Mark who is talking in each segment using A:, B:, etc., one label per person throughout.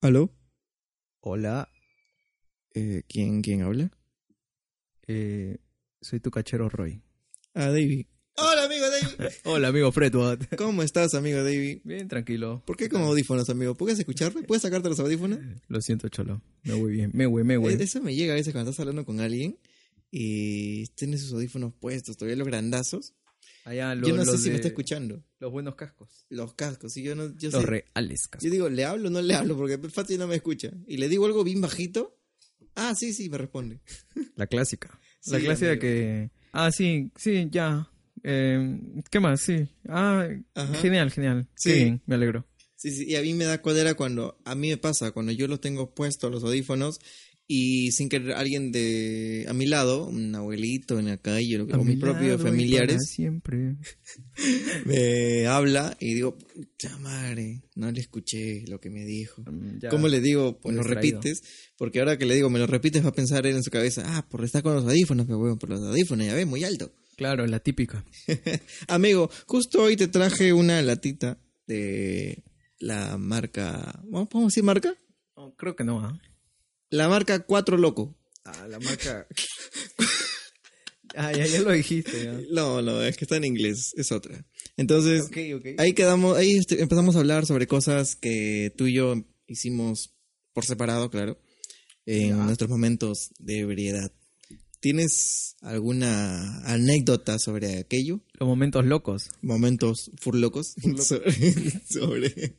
A: ¿Aló?
B: Hola,
A: Eh, ¿quién, ¿Quién habla?
B: eh, soy tu cachero Roy.
A: Ah, David. Hola, amigo David.
B: Hola, amigo Fredwood.
A: ¿Cómo estás, amigo David?
B: Bien, tranquilo.
A: ¿Por qué con audífonos, amigo? ¿Puedes escucharme? ¿Puedes sacarte los audífonos?
B: Lo siento, cholo. Me voy bien. Me voy, me voy.
A: Eh, Eso me llega a veces cuando estás hablando con alguien y tiene sus audífonos puestos, todavía los grandazos.
B: Allá
A: yo no sé
B: los
A: si me está
B: de-
A: escuchando.
B: Los buenos cascos.
A: Los cascos, sí, yo no... Yo,
B: Los
A: sé-
B: reales cascos.
A: yo digo, ¿le hablo o no le hablo? Porque fácil no me escucha. Y le digo algo bien bajito. Ah, sí, sí, me responde.
B: La clásica. la
A: Sí,
B: clásica
A: amigo.
B: que... Ah, sí, sí, ya. Eh, ¿Qué más? Sí. Ah,
A: Ajá.
B: genial, genial.
A: Sí.
B: Qué bien, me alegro.
A: Sí, sí, y a mí me da cólera cuando, a mí me pasa, cuando yo los tengo puestos, los audífonos, y sin querer alguien de a mi lado, un abuelito en la calle o, o
B: A mi
A: mis propios
B: lado y para
A: familiares,
B: Siempre.
A: me habla y digo, puta madre, no le escuché lo que me dijo.
B: Mm, ya.
A: ¿Cómo le digo? Pues lo
B: Distraído.
A: repites, porque ahora que le digo, me lo repites, va a pensar él en su cabeza, ah, por estar con los audífonos, pero huevón, por los audífonos, ya ves, muy alto.
B: Claro, la típica.
A: Amigo, justo hoy te traje una latita de la marca, ¿podemos decir marca?
B: No, creo que no, ¿ah?
A: La marca Cuatro Loco.
B: Ah, la marca... ah, ya, ya lo dijiste, ya.
A: No, no, es que está en inglés, es otra. Entonces,
B: Ok, ok.
A: ahí quedamos, ahí este, empezamos a hablar sobre cosas que tú y yo hicimos por separado, claro, en nuestros momentos de ebriedad. ¿Tienes alguna anécdota sobre aquello?
B: Los momentos locos.
A: Momentos furlocos sobre, sobre-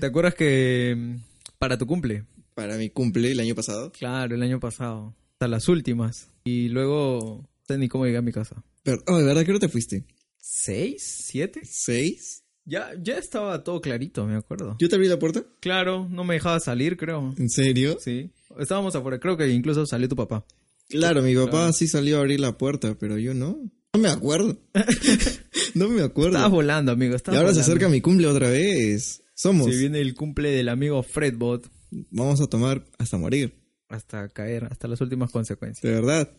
B: ¿Te acuerdas que mm, para tu cumple?
A: para mi cumple el año pasado.
B: Claro, el año pasado. Hasta las últimas. Y luego, no sé ni cómo llegué a mi casa.
A: Pero, oh, de verdad que no te fuiste.
B: ¿Seis? ¿Siete?
A: ¿Seis?
B: Ya, ya estaba todo clarito, me acuerdo.
A: ¿Yo te abrí la puerta?
B: Claro, no me dejaba salir, creo.
A: ¿En serio?
B: Sí. Estábamos afuera, creo que incluso salió tu papá.
A: Claro, mi papá sí salió a abrir la puerta, pero yo no. No me acuerdo. no me acuerdo.
B: Estabas volando, amigo.
A: y
B: estabas
A: ahora se
B: volando.
A: acerca mi cumple otra vez. Somos.
B: Se viene el cumple del amigo Fredbot.
A: Vamos a tomar hasta morir.
B: Hasta caer, hasta las últimas consecuencias.
A: De verdad.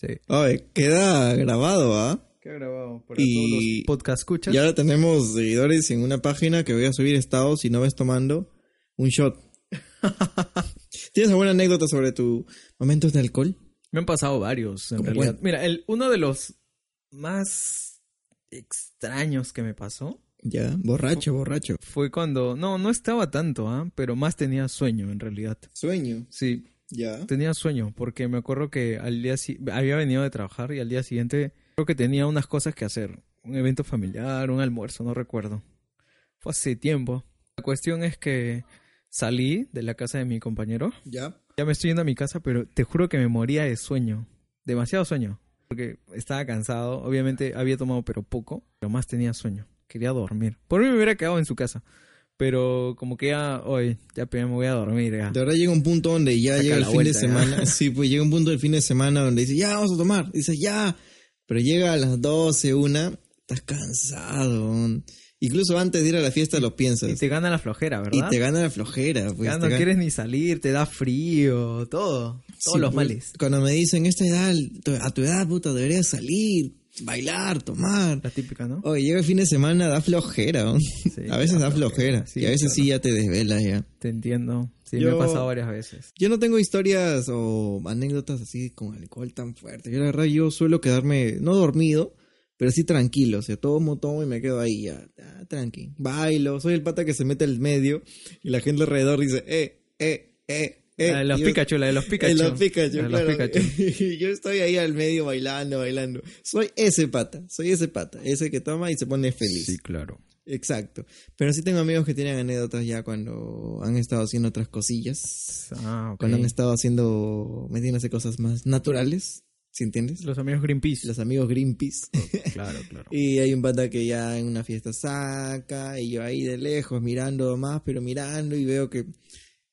B: Sí.
A: Oye, queda grabado, ¿ah?
B: ¿Qué grabado? Para
A: Y-
B: todos los podcast escuchas.
A: Y ahora tenemos seguidores en una página que voy a subir estados si no ves tomando un shot. ¿Tienes alguna anécdota sobre tu momentos de alcohol?
B: Me han pasado varios, en
A: ¿Cómo
B: realidad.
A: cuál?
B: Mira, el, uno de los más extraños que me pasó
A: Ya, borracho, borracho.
B: fue cuando... No, no estaba tanto, ¿ah? Pero más tenía sueño, en realidad.
A: Sueño.
B: Sí,
A: Ya.
B: tenía sueño, porque me acuerdo que al día si- había venido de trabajar y al día siguiente creo que tenía unas cosas que hacer. Un evento familiar, un almuerzo, no recuerdo. Fue hace tiempo. La cuestión es que salí de la casa de mi compañero
A: Ya.
B: ya me estoy yendo a mi casa, pero te juro que me moría de sueño. Demasiado sueño. Porque estaba cansado. Obviamente había tomado, pero poco. Pero más tenía sueño. Quería dormir. Por mí me hubiera quedado en su casa. Pero como que ya, hoy, ya pe, me voy a dormir. ya".
A: De verdad llega un punto donde ya
B: Saca
A: llega el
B: la
A: fin
B: vuelta, ¿eh?
A: de
B: ya.
A: semana. Sí, pues llega un punto del fin de semana donde dices, ya vamos a tomar. Dices, ya. Pero llega a las 12, una, estás cansado. weón. Incluso antes de ir a la fiesta lo piensas.
B: Y
A: Y te,
B: te gana la flojera, ¿verdad?
A: gana la flojera. Pues,
B: ya
A: te
B: no
A: gana-
B: quieres ni salir, te da frío, todo. Todos
A: Sí, pues,
B: los males.
A: Cuando me dicen, esta edad, tu- a tu edad, puta, deberías salir, bailar, tomar.
B: La típica, ¿no?
A: Oye, llega el fin de semana, da flojera. weón. a veces da flojera.
B: sí,
A: y a veces sí ya te desvelas ya.
B: Te entiendo. Sí, me
A: Yo-
B: ha pasado varias veces.
A: Yo no tengo historias o anécdotas así con alcohol tan fuerte. Yo la verdad yo suelo quedarme, no dormido, pero sí tranquilo. O sea, tomo, tomo y me quedo ahí ya, ah, tranqui. Bailo, soy el pata que se mete al medio y la gente alrededor dice, eh, eh, eh, eh.
B: la de los
A: Y yo-
B: Pikachu, la de los Pikachu.
A: En los Pikachu,
B: La de
A: claro.
B: los Pikachu.
A: Y yo estoy ahí al medio bailando, bailando. Soy ese pata, soy ese pata, ese que toma y se pone feliz.
B: Sí, claro.
A: Exacto. Pero sí tengo amigos que tienen anécdotas ya cuando han estado haciendo otras cosillas
B: Ah, ok.
A: cuando han estado haciendo, metiéndose cosas más naturales, ¿sí entiendes?
B: Los amigos Greenpeace.
A: Los amigos Greenpeace.
B: Claro, claro.
A: y hay un pata que ya en una fiesta saca, y yo ahí de lejos mirando más, pero mirando y veo que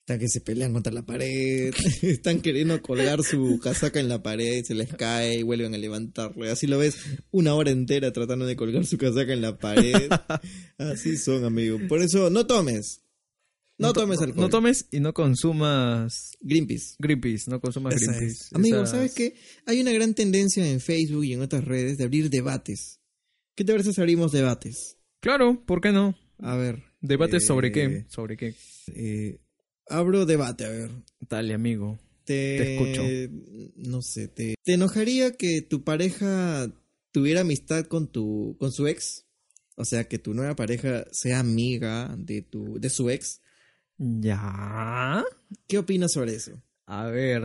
A: Están que se pelean contra la pared, están queriendo colgar su casaca en la pared, se les cae y vuelven a levantarlo. Y así lo ves una hora entera tratando de colgar su casaca en la pared. Así son, amigo. Por eso, no tomes. No,
B: to-
A: tomes alcohol.
B: No tomes y no consumas
A: Greenpeace.
B: Greenpeace, no consumas
A: Esa
B: Greenpeace.
A: es. Amigo,
B: Esas-
A: ¿sabes qué? Hay una gran tendencia en Facebook y en otras redes de abrir debates. ¿Qué te parece si abrimos debates?
B: Claro, ¿por qué no?
A: A ver.
B: Debates
A: Eh,
B: sobre qué, sobre qué.
A: eh, abro debate, a ver.
B: Dale, amigo.
A: Te,
B: Te
A: escucho. No sé, te, ¿te enojaría que tu pareja tuviera amistad con tu con su ex? O sea, que tu nueva pareja sea amiga de tu de su ex.
B: Ya.
A: ¿Qué opinas sobre eso?
B: A ver,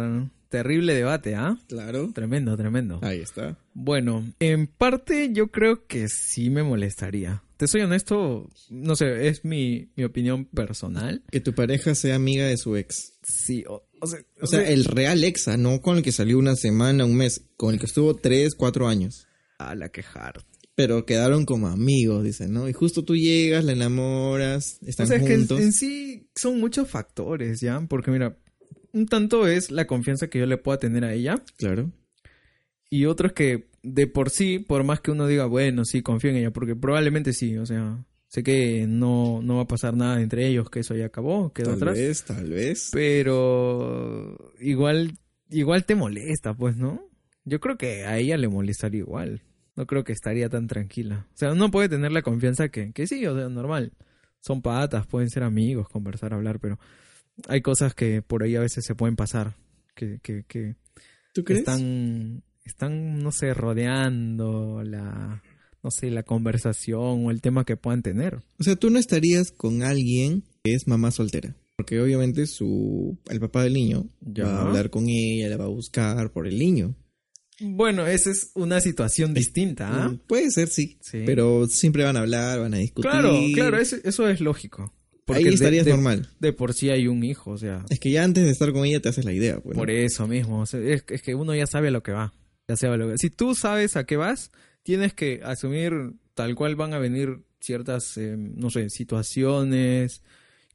B: terrible debate, ¿ah?
A: Claro.
B: Tremendo, tremendo.
A: Ahí está.
B: Bueno, en parte yo creo que sí me molestaría. Te soy honesto, no sé, es mi, mi opinión personal.
A: Que tu pareja sea amiga de su ex.
B: Sí, o, o sea,
A: O sea, eh, el real exa, no con el que salió una semana, un mes, con el que estuvo tres, cuatro años.
B: a la quejar.
A: Pero quedaron como amigos, dicen, ¿no? Y justo tú llegas, la enamoras,
B: O
A: están
B: sea, es que en-
A: juntos.
B: en sí son muchos factores, ¿ya? Porque mira, un tanto es la confianza que yo le pueda tener a ella
A: Claro.
B: y otro es que de por sí, por más que uno diga, bueno, sí, confío en ella, porque probablemente sí, o sea, sé que no, no va a pasar nada entre ellos, que eso ya acabó, quedó
A: Tal
B: atrás.
A: vez, tal vez.
B: Pero igual, igual te molesta, pues, ¿no? Yo creo que a ella le molestaría igual. No creo que estaría tan tranquila. O sea, uno puede tener la confianza que, que sí, o sea, normal. Son patas, pueden ser amigos, conversar, hablar, pero hay cosas que por ahí a veces se pueden pasar. Que, que, que
A: ¿Tú crees?
B: están, están, no sé, rodeando la, no sé, la conversación o el tema que puedan tener.
A: O sea, tú no estarías con alguien que es mamá soltera. Porque obviamente su el papá del niño
B: Ya.
A: va a hablar con ella, la va a buscar por el niño.
B: Bueno, esa es una situación distinta. ¿ah?
A: Mm, Puede ser, sí.
B: Sí.
A: Pero siempre van a hablar, van a discutir.
B: Claro, claro, eso, eso es lógico. Porque
A: Ahí
B: de-
A: estarías
B: de,
A: normal.
B: De por sí hay un hijo, o sea,
A: Es que ya antes de estar con ella te haces la idea. Pues, ¿no?
B: por eso mismo. o sea, es, es que uno ya sabe a lo que va. Ya sabe a lo que- Si tú sabes a qué vas, tienes que asumir tal cual van a venir ciertas, eh, no sé, situaciones,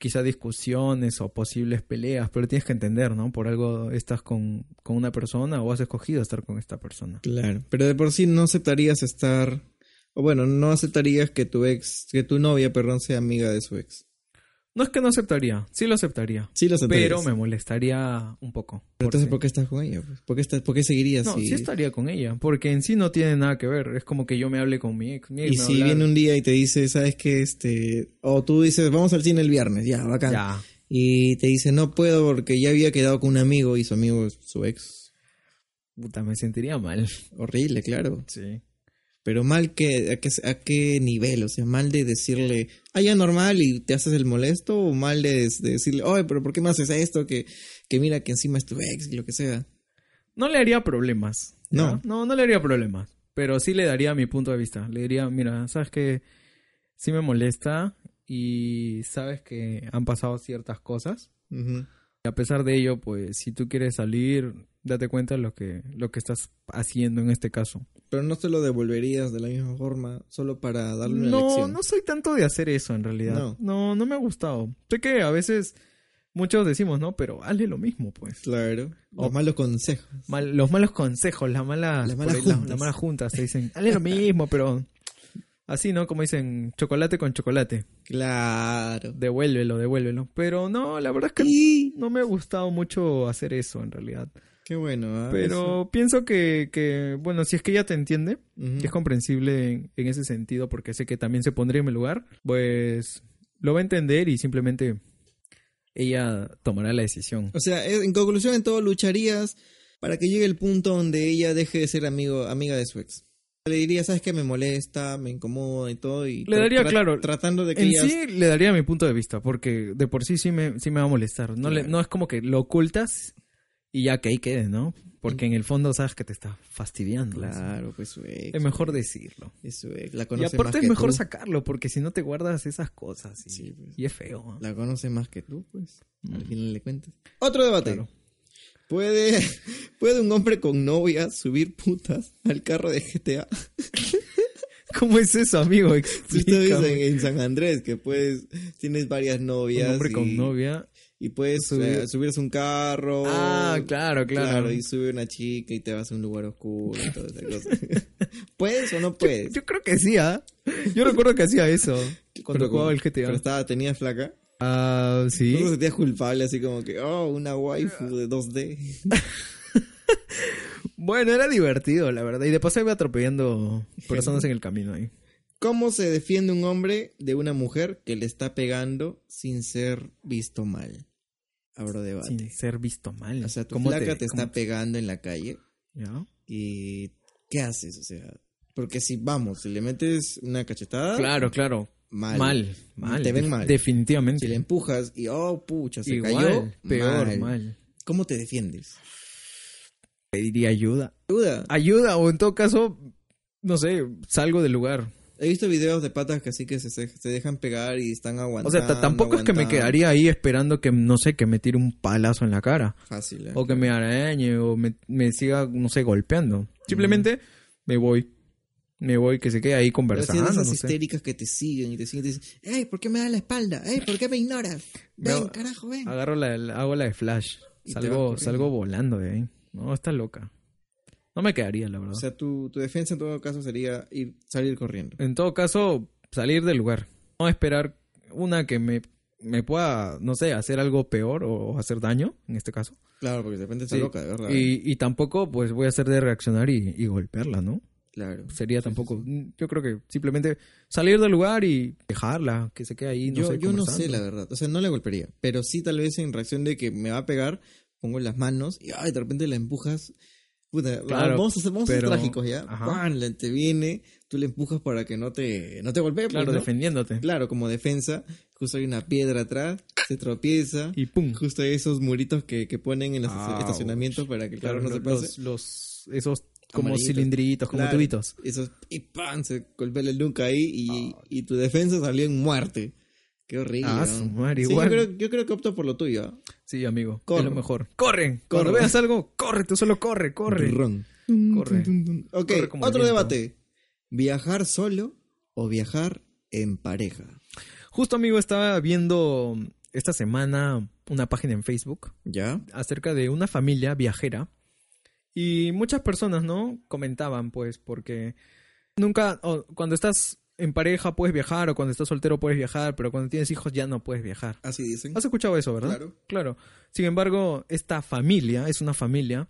B: quizá discusiones o posibles peleas, pero tienes que entender, ¿no? Por algo estás con, con una persona o has escogido estar con esta persona.
A: Claro, pero de por sí no aceptarías estar, o bueno, no aceptarías que tu ex, que tu novia, perdón, sea amiga de su ex.
B: No es que no aceptaría, sí lo aceptaría,
A: Sí lo aceptarías.
B: pero me molestaría un poco.
A: Pero
B: por
A: entonces,
B: sí.
A: ¿por qué estás con ella? pues? ¿Por qué, estás, por qué seguirías
B: No,
A: si-
B: sí estaría con ella, porque en sí no tiene nada que ver. Es como que yo me hable con mi ex. mi ex
A: Y
B: me
A: si
B: habla-
A: viene un día y te dice, ¿sabes qué? Este, o tú dices, vamos al cine el viernes, ya, bacán.
B: Ya.
A: Y te dice, no puedo porque ya había quedado con un amigo y su amigo es su ex.
B: Puta, me sentiría mal.
A: Horrible, claro.
B: Sí.
A: Pero mal que, a qué, a qué nivel, o sea, mal de decirle, ah, ya normal y te haces el molesto, o mal de, de decirle, oye, pero ¿por qué me haces esto? Que, que mira que encima es tu ex y lo que sea.
B: No le haría problemas. ¿ya?
A: No.
B: No, no le haría problemas. Pero sí le daría mi punto de vista. Le diría, mira, sabes que sí me molesta y sabes que han pasado ciertas cosas.
A: Ujú.
B: Y a pesar de ello, pues si tú quieres salir, date cuenta de lo que, lo que estás haciendo en este caso.
A: Pero no te lo devolverías de la misma forma, solo para darle una
B: No,
A: lección.
B: no soy tanto de hacer eso en realidad.
A: No.
B: No. no, me ha gustado. Sé que a veces muchos decimos, no, pero hazle lo mismo, pues.
A: Claro. Los
B: O-
A: malos consejos.
B: Mal- los malos consejos, las malas,
A: Las
B: por
A: malas
B: ahí, la-
A: juntas.
B: las malas juntas te dicen, hazle lo mismo, pero así, ¿no? Como dicen, chocolate con chocolate.
A: Claro.
B: Devuélvelo, devuélvelo. Pero no, la verdad es que
A: Y-
B: no me ha gustado mucho hacer eso en realidad.
A: Qué bueno, ¿ah?
B: Pero
A: Eso.
B: pienso que, que, bueno, si es que ella te entiende,
A: Ujú.
B: es comprensible en, en ese sentido porque sé que también se pondría en mi lugar, pues lo va a entender y simplemente ella tomará la decisión.
A: O sea, eh, en conclusión, en todo lucharías para que llegue el punto donde ella deje de ser amigo, amiga de su ex. Le diría, sabes que me molesta, me incomoda y todo. Y
B: Le daría, claro,
A: Tratando de que
B: En
A: ella-
B: sí le daría mi punto de vista porque de por sí sí me, sí me va a molestar. No, le,
A: Claro.
B: no es como que lo ocultas y ya que ahí quede, ¿no? Porque en el fondo sabes que te está fastidiando.
A: Claro, pues su ex.
B: Es mejor decirlo.
A: es su ex, La
B: Y
A: conoce más
B: aparte es
A: que
B: mejor
A: tú.
B: sacarlo porque si no te guardas esas cosas y,
A: Sí, pues.
B: y es feo. ¿eh?
A: La conoce más que tú, pues. Al
B: Mm.
A: final le cuentas. Otro debate.
B: Claro.
A: ¿Puede, ¿Puede un hombre con novia subir putas al carro de GTA?
B: ¿Cómo es eso, amigo?
A: Si ustedes
B: Explícame.
A: en, en San Andrés que puedes, tienes varias novias.
B: Un hombre
A: y-
B: con novia
A: Y puedes
B: Subir.
A: eh, subirse a un carro.
B: Ah, claro, claro.
A: y sube una chica y te vas a un lugar oscuro y toda esa cosa. ¿Puedes o no
B: Yo-
A: puedes?
B: Yo creo que sí, ¿ah? Yo recuerdo que hacía eso cuando
A: Pero
B: jugaba
A: como-
B: el
A: Pero
B: GTA.
A: estaba, tenía flaca.
B: Ah,
A: ¿Y?
B: sí.
A: te sentías culpable, así como que, oh, una waifu de 2D.
B: Bueno, era divertido, la verdad. Y de paso iba atropellando personas en el camino ahí.
A: ¿Cómo se defiende un hombre de una mujer que le está pegando sin ser visto mal? Abro debate.
B: Sin ser visto mal.
A: O sea, tu
B: ¿Cómo
A: flaca te,
B: cómo-
A: está pegando en la calle
B: ¿Ya?
A: y ¿qué haces? O sea, porque si vamos, si le metes una cachetada,
B: Claro, claro.
A: mal.
B: Ah, Mal. mal.
A: Te ven mal.
B: Definitivamente.
A: Si le empujas y oh, pucha, se
B: Igual,
A: cayó,
B: peor, mal.
A: ¿Cómo te defiendes?
B: Pediría ayuda.
A: Duda.
B: Ayuda, o en todo caso, no sé, salgo del lugar.
A: He visto videos de patas que así que se, se- se dejan pegar y están aguantando.
B: O sea, t- tampoco es que me
A: aguantando.
B: quedaría ahí esperando que, no sé, que me tire un palazo en la cara.
A: Fácil, ¿eh?
B: O que me arañe, o me, me siga, no sé, golpeando. Simplemente me voy. Me voy, que se quede ahí
A: Pero si
B: conversando.
A: esas
B: no sé.
A: histéricas que te siguen y te siguen y te dicen, ¡Ey, ¿por qué me das la espalda? ¡Ey, ¿por qué me ignoras?
B: Me
A: Ven,
B: hago-
A: carajo, ven!
B: Agarro la, la- hago la de Flash.
A: Y te vas
B: Salgo,
A: corriendo.
B: salgo volando de ahí. No, está loca. No me quedaría, la verdad.
A: O sea, tu, tu defensa en todo caso sería ir, salir corriendo.
B: en todo caso, salir del lugar. No esperar una que me, me pueda, no sé, hacer algo peor o hacer daño, en este caso.
A: Claro, porque de repente está
B: Sí.
A: loca, de verdad.
B: Y, y tampoco, pues, voy a hacer de reaccionar y, y golpearla, ¿no?
A: Claro.
B: Sería tampoco. mm, Yo creo que simplemente salir del lugar y dejarla, que se quede ahí. No
A: yo
B: sé,
A: yo no sé,
B: conversando.
A: la verdad. O sea, no la golpearía. Pero sí, tal vez en reacción de que me va a pegar, pongo las manos y ay, de repente la empujas. Puta,
B: Claro,
A: vamos a ser, vamos a ser
B: pero-
A: trágicos ya.
B: ajá.
A: ¡Pam! La- Te viene, tú le empujas para que no te, no te golpee. pues, ¿no?
B: Claro, defendiéndote.
A: Claro, como defensa, justo hay una piedra atrás, se tropieza.
B: Y pum.
A: Justo hay esos muritos que, que ponen en los
B: Ah,
A: estacionamientos para que el carro
B: Claro,
A: no se
B: los,
A: pase.
B: los- esos como
A: Amarillitos.
B: cilindritos, como
A: Claro.
B: tubitos.
A: Esos, y ¡pam! Se golpea el nuca ahí y, y tu defensa salió en muerte. Qué horrible. ¿no?
B: Ah, su madre,
A: Sí,
B: igual.
A: yo, creo, yo creo que opto por lo tuyo. ¿ah?
B: Sí, amigo.
A: Corro.
B: Es lo mejor. Corre. Cuando
A: Corro.
B: veas algo, corre. Tú solo corre, corre.
A: Turrón.
B: Corre.
A: Ok,
B: Corre como
A: otro
B: viento.
A: debate. ¿Viajar solo o viajar en pareja?
B: Justo, amigo, estaba viendo esta semana una página en Facebook
A: ¿Ya?
B: acerca de una familia viajera. Y muchas personas, ¿no? Comentaban, pues, porque nunca, o cuando estás en pareja puedes viajar, o cuando estás soltero puedes viajar, pero cuando tienes hijos ya no puedes viajar.
A: Así dicen.
B: ¿Has escuchado eso, verdad?
A: Claro.
B: Claro. Sin embargo, esta familia, es una familia,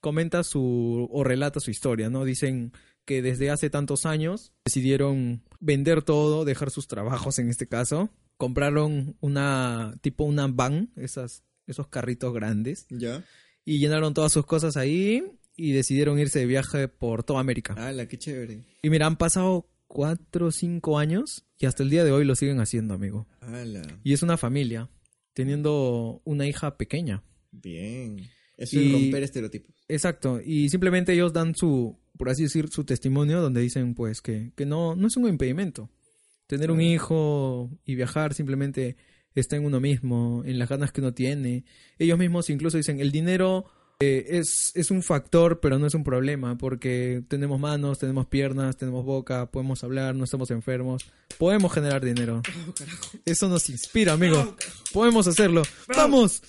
B: comenta su o relata su historia, ¿no? Dicen que desde hace tantos años decidieron vender todo, dejar sus trabajos en este caso, compraron una tipo una van, esas esos carritos grandes
A: ¿Ya?
B: y llenaron todas sus cosas ahí y decidieron irse de viaje por toda América.
A: la qué chévere.
B: Y mira, han pasado cuatro o cinco años y hasta el día de hoy lo siguen haciendo, amigo.
A: Ala.
B: Y es una familia, teniendo una hija pequeña.
A: Bien. Eso es
B: Y-
A: romper estereotipos.
B: Exacto. Y simplemente ellos dan su, por así decir, su testimonio donde dicen pues que, que no, no es un impedimento. Tener un hijo y viajar simplemente está en uno mismo, en las ganas que uno tiene. Ellos mismos incluso dicen, el dinero eh, es, es un factor, pero no es un problema, porque tenemos manos, tenemos piernas, tenemos boca, podemos hablar, no estamos enfermos, podemos generar dinero. Eso nos inspira, amigo. Podemos hacerlo. ¡Vamos!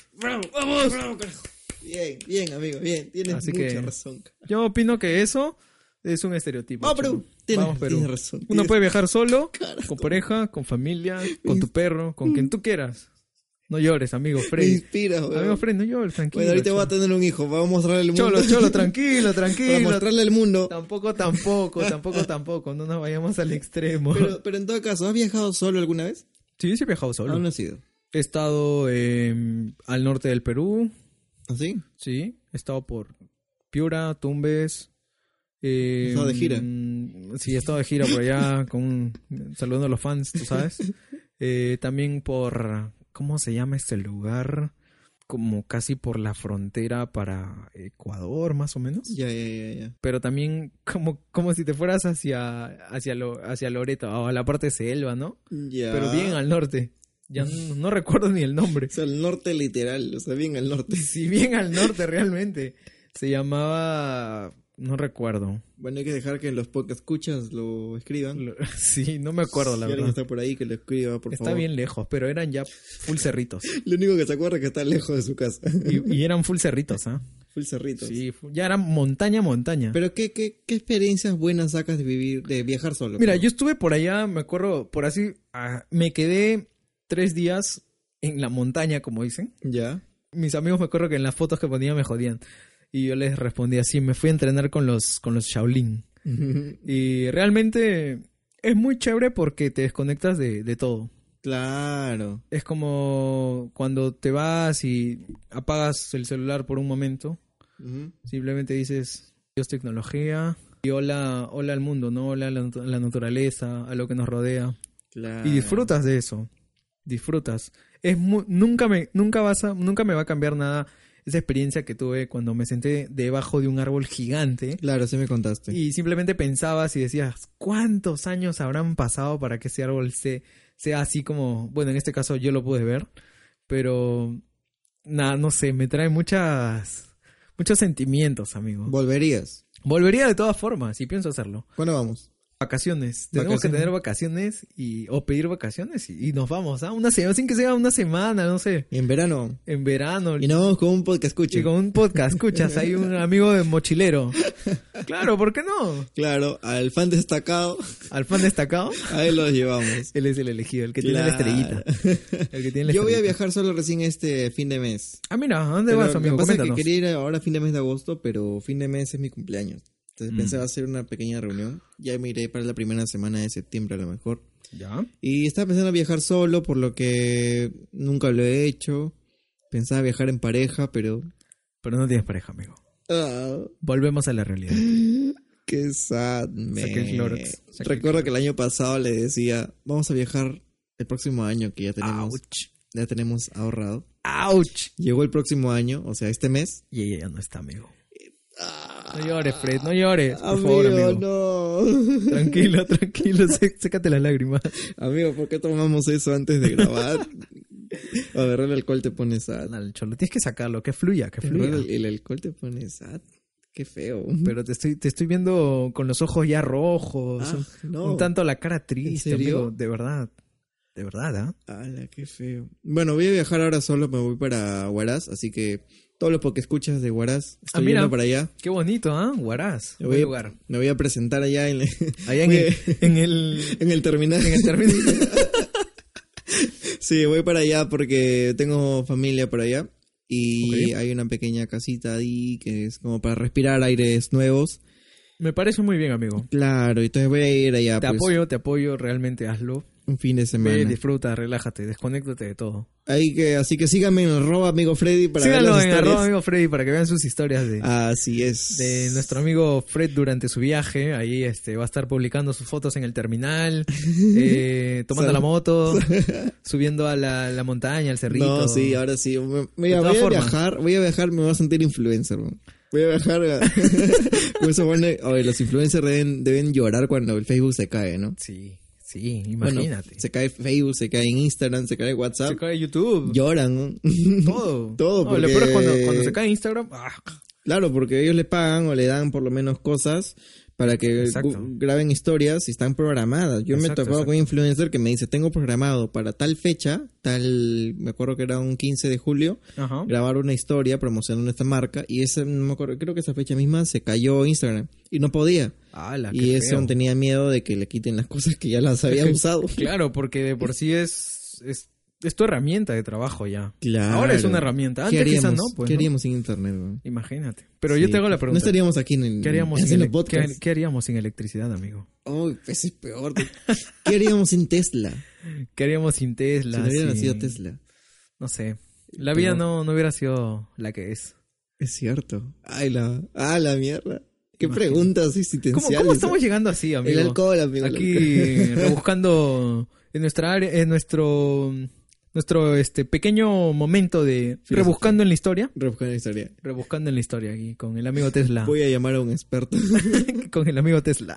A: Bien, bien, amigo, bien. Tienes
B: Así
A: mucha
B: que-
A: razón.
B: Yo opino que eso es un estereotipo.
A: Vamos, Perú.
B: chico.
A: Oh, Tienes,
B: Vamos, Perú.
A: tienes razón.
B: Uno
A: Tienes-
B: puede viajar solo, con pareja, con familia, con tu perro, con quien tú quieras. No llores, amigo
A: Me
B: Freddy.
A: inspiras, weón.
B: Amigo Freddy, no llores, tranquilo.
A: Bueno, ahorita voy a
B: cholo.
A: tener un hijo. Vamos a mostrarle al mundo.
B: Cholo, cholo, tranquilo,
A: Para
B: tranquilo.
A: mostrarle al mundo.
B: Tampoco, tampoco, tampoco, tampoco. No nos vayamos al extremo.
A: Pero, pero en todo caso, ¿has viajado solo alguna vez?
B: Sí, sí he viajado
A: Aún
B: solo.
A: no has ido.
B: He estado em, al norte del Perú,
A: ¿Así?
B: Sí, he estado por Piura, Tumbes. eh,
A: He estado de gira.
B: mm, Sí, he estado de gira por allá, con, saludando a los fans, tú sabes. Eh, también por, ¿cómo se llama este lugar? Como casi por la frontera para Ecuador, más o menos.
A: Ya, ya, ya, ya.
B: Pero también como, como si te fueras hacia, hacia, lo, hacia Loreto, o a la parte de selva, ¿no?
A: Ya.
B: Pero bien al norte. Ya no, no recuerdo ni el nombre.
A: O sea, al norte literal, o sea, bien al norte.
B: si bien al norte realmente. Se llamaba No recuerdo.
A: Bueno, hay que dejar que los podcast escuchas lo escriban.
B: Lo- Sí, no me acuerdo, la
A: si alguien
B: verdad.
A: está por ahí que lo escriba, por
B: Está
A: favor.
B: bien lejos, pero eran ya full cerritos.
A: Lo único que se acuerda es que está lejos de su casa.
B: Y, y eran full cerritos, ¿ah?
A: Full cerrito.
B: Sí, fu- ya era montaña, montaña.
A: Pero ¿qué, qué, qué experiencias buenas sacas de vivir, de viajar solo.
B: Mira,
A: Pablo?
B: yo estuve por allá, me acuerdo, por así, ah, me quedé tres días en la montaña, como dicen.
A: Ya.
B: Mis amigos me acuerdo que en las fotos que ponía me jodían. Y yo les respondí así, me fui a entrenar con los, con los Shaolin. Y realmente es muy chévere porque te desconectas de, de todo.
A: claro.
B: Es como cuando te vas y apagas el celular por un momento.
A: Ujú.
B: Simplemente dices, Dios tecnología. Y hola, hola al mundo, ¿no? Hola a la, nat- a la naturaleza, a lo que nos rodea.
A: Claro.
B: Y disfrutas de eso. Disfrutas. Es mu- nunca me nunca vas a nunca me va a cambiar nada esa experiencia que tuve cuando me senté debajo de un árbol gigante
A: Claro, sí me contaste.
B: y simplemente pensabas y decías, ¿cuántos años habrán pasado para que ese árbol se, sea así como, bueno, en este caso yo lo pude ver, pero nada, no sé, me trae muchas muchos sentimientos, amigo.
A: ¿Volverías?
B: Volvería de todas formas y pienso hacerlo.
A: ¿Cuándo vamos?
B: Vacaciones. Tenemos que
A: Vacaciones.
B: tener vacaciones y o pedir vacaciones y, y nos vamos a una semana, sin que sea una semana, no sé,
A: En verano.
B: en verano.
A: Y nos vamos con un podcast escuche.
B: Y con un podcast, escuchas, hay un amigo de mochilero. Claro, ¿por qué no?
A: Claro, al fan destacado,
B: Al fan destacado.
A: a él los llevamos.
B: Él es el elegido, el que tiene la
A: Claro.
B: estrellita. El que tiene la
A: Yo voy a
B: estrellita.
A: viajar solo recién este fin de mes.
B: Ah, mira, ¿a dónde
A: Pero
B: vas,
A: Lo
B: amigo?
A: que pasa es que
B: Coméntanos.
A: quería ir ahora a fin de mes de agosto, pero fin de mes es mi cumpleaños. Entonces
B: Mm.
A: pensaba hacer una pequeña reunión. Ya me iré para la primera semana de septiembre a lo mejor.
B: Ya.
A: Y estaba pensando en viajar solo, por lo que nunca lo he hecho. Pensaba viajar en pareja, pero...
B: Pero no tienes pareja, amigo.
A: Ah,
B: Volvemos a la realidad.
A: ¡Qué sad, man.
B: Saqué el Clorox, saqué el
A: Recuerdo que el año pasado le decía, vamos a viajar el próximo año, que ya tenemos,
B: Ouch.
A: ya tenemos ahorrado.
B: Ouch.
A: Llegó el próximo año, o sea, este mes.
B: Y ella ya no está, amigo.
A: Ah,
B: No llores, Fred, no llores. Por
A: amigo,
B: favor, amigo.
A: no.
B: Tranquilo, tranquilo, sé- sécate las lágrimas.
A: amigo, ¿por qué tomamos eso antes de grabar? Agarrar el alcohol te pone sad.
B: Al cholo, tienes que sacarlo, que fluya, que
A: Agarrar
B: fluya.
A: El, el alcohol te pone sad. Qué feo.
B: Pero te estoy, te estoy viendo con los ojos ya rojos,
A: Ah,
B: un,
A: no.
B: un tanto la cara triste,
A: serio?
B: amigo, de verdad. De verdad, ¿ah?
A: Ala, qué feo. Bueno, voy a viajar ahora solo, me voy para Huaraz, así que todos los que escuchas de Huaraz, estoy
B: Ah, mira.
A: yendo para allá.
B: Qué bonito, ¿ah? Guaraz.
A: Me
B: Buen
A: voy,
B: lugar.
A: a, me voy a presentar allá en,
B: Allá en
A: Voy
B: el, en el,
A: en el terminal.
B: en el terminal.
A: Sí, voy para allá porque tengo familia por allá y
B: Ok.
A: hay una pequeña casita ahí que es como para respirar aires nuevos.
B: Me parece muy bien, amigo.
A: Claro, entonces voy a ir allá
B: Te
A: pues,
B: apoyo, te apoyo, realmente hazlo.
A: un fin de
B: Ve,
A: semana.
B: disfruta, relájate, desconéctate de todo.
A: Ahí que, así que síganme en arroba amigo Freddy para ver
B: Síganlo
A: las
B: en
A: historias. Ah.
B: arroba amigo Freddy para que vean sus historias de,
A: Así es.
B: de nuestro amigo Fred durante su viaje. Ahí este va a estar publicando sus fotos en el terminal, eh, tomando
A: Sal-
B: la moto, subiendo a la, la montaña, al cerrito.
A: No, sí, ahora sí. Me-
B: De
A: Mira, voy
B: todas
A: a
B: formas.
A: viajar, voy a viajar, me voy a sentir influencer, bro. Voy a viajar. a- Por eso, bueno, oye, los influencers deben, deben llorar cuando el Facebook se cae, ¿no?
B: Sí, sí,
A: Bueno,
B: imagínate.
A: se cae Facebook, se cae en Instagram, se cae WhatsApp.
B: Se cae YouTube,
A: Lloran, ¿no?
B: todo.
A: todo,
B: No, Lo peor es cuando,
A: porque-
B: cuando se cae Instagram, ¡ah!
A: Claro, porque ellos le pagan o le dan por lo menos cosas para que
B: Exacto.
A: gu- graben historias y están programadas. Yo me he
B: Exacto,
A: topado
B: exacto.
A: con un influencer que me dice, tengo programado para tal fecha, tal, me acuerdo que era un 15 de julio,
B: Ajá.
A: grabar una historia promocionando esta marca y ese, no me acuerdo, creo que esa fecha misma se cayó Instagram y no podía.
B: Ala,
A: y
B: qué
A: eso
B: Ah, feo.
A: tenía miedo de que le quiten las cosas que ya las había usado.
B: Claro, porque de por sí es, es, es tu herramienta de trabajo ya.
A: Claro.
B: Ahora es una herramienta.
A: ¿Qué
B: Antes
A: haríamos,
B: quizás no, pues.
A: ¿Qué
B: ¿no?
A: haríamos sin internet? weón?
B: Imagínate. Pero yo
A: Sí,
B: te hago la
A: pues,
B: pregunta.
A: No estaríamos aquí en el
B: ¿Qué haríamos, sin
A: haciendo
B: ele-
A: podcast.
B: qué- qué haríamos sin electricidad, amigo?
A: Uy, pues es peor. ¿Qué haríamos sin Tesla?
B: ¿Qué haríamos sin Tesla?
A: si no hubiera
B: sin-
A: nacido Tesla.
B: No sé. La vida
A: Pero-
B: no, no hubiera sido la que es.
A: Es cierto. Ay, la, ah, la mierda. Qué
B: Imagínate.
A: preguntas
B: ¿Cómo,
A: existenciales.
B: cómo estamos llegando así, amigo?
A: ¿eh? El alcohol, amigo.
B: Aquí rebuscando en nuestra área, en nuestro nuestro este pequeño momento de
A: Filosofía.
B: rebuscando en la historia,
A: Rebuscar la historia.
B: rebuscando en la historia aquí con el amigo Tesla,
A: Voy a llamar a un experto.
B: con el amigo Tesla.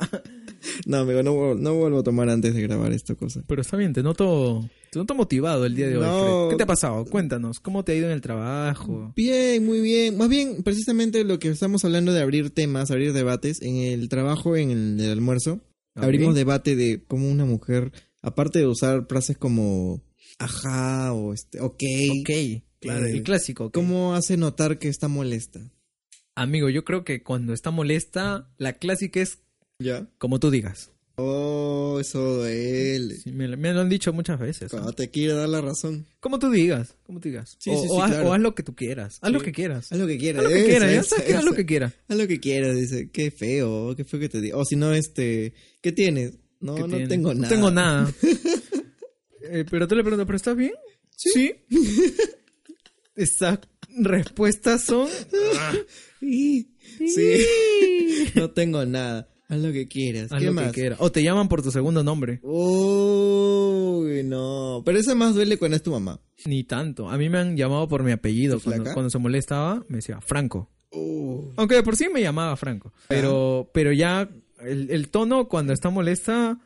A: No, amigo, no, vuel- no vuelvo a tomar antes de grabar esta cosa.
B: Pero está bien, te noto Te noto motivado el día de hoy.
A: No.
B: Fred. ¿Qué te ha pasado? Cuéntanos, ¿cómo te ha ido en el trabajo?
A: Bien, muy bien. Más bien, precisamente lo que estamos hablando de abrir temas, abrir debates, en el trabajo, en el, el almuerzo,
B: Ok.
A: Mm. abrimos debate de cómo una mujer, aparte de usar frases como ajá o este, ok,
B: Ok, claro,
A: Eh,
B: el clásico. ok.
A: ¿cómo hace notar que está molesta?
B: Amigo, yo creo que cuando está molesta, la clásica es
A: ¿Ya?
B: como tú digas.
A: Oh, eso duele.
B: Sí, me, lo- me lo han dicho muchas veces. ¿eh?
A: Cuando te quiere dar la razón.
B: Como tú digas, como tú digas.
A: Sí,
B: o,
A: sí,
B: o
A: sí,
B: haz,
A: claro.
B: o haz lo que tú quieras. Haz lo
A: Sí.
B: que quieras.
A: Haz lo que ¿eh? quieras.
B: Haz lo que
A: eso,
B: quieras, ya
A: eso,
B: sabes que haz
A: eso.
B: lo que quieras.
A: Haz lo que quieras, dice. Qué feo, qué feo que te diga. O si no, este, ¿qué tienes? No,
B: que
A: no
B: tiene.
A: tengo nada.
B: No tengo nada. Eh, pero tú le preguntas, ¿pero estás bien? Sí. Estas respuestas son...
A: Sí. Sí. No tengo nada. Haz lo que quieras.
B: Haz
A: ¿Qué
B: lo que
A: más?
B: quieras. O te llaman por tu segundo nombre.
A: Uy, no. Pero esa más duele cuando es tu mamá.
B: Ni tanto. A mí me han llamado por mi apellido.
A: ¿Flaca?
B: Cuando, cuando se molestaba, me decía Franco. Aunque de por sí me llamaba Franco. Pero, pero ya el, el tono cuando está molesta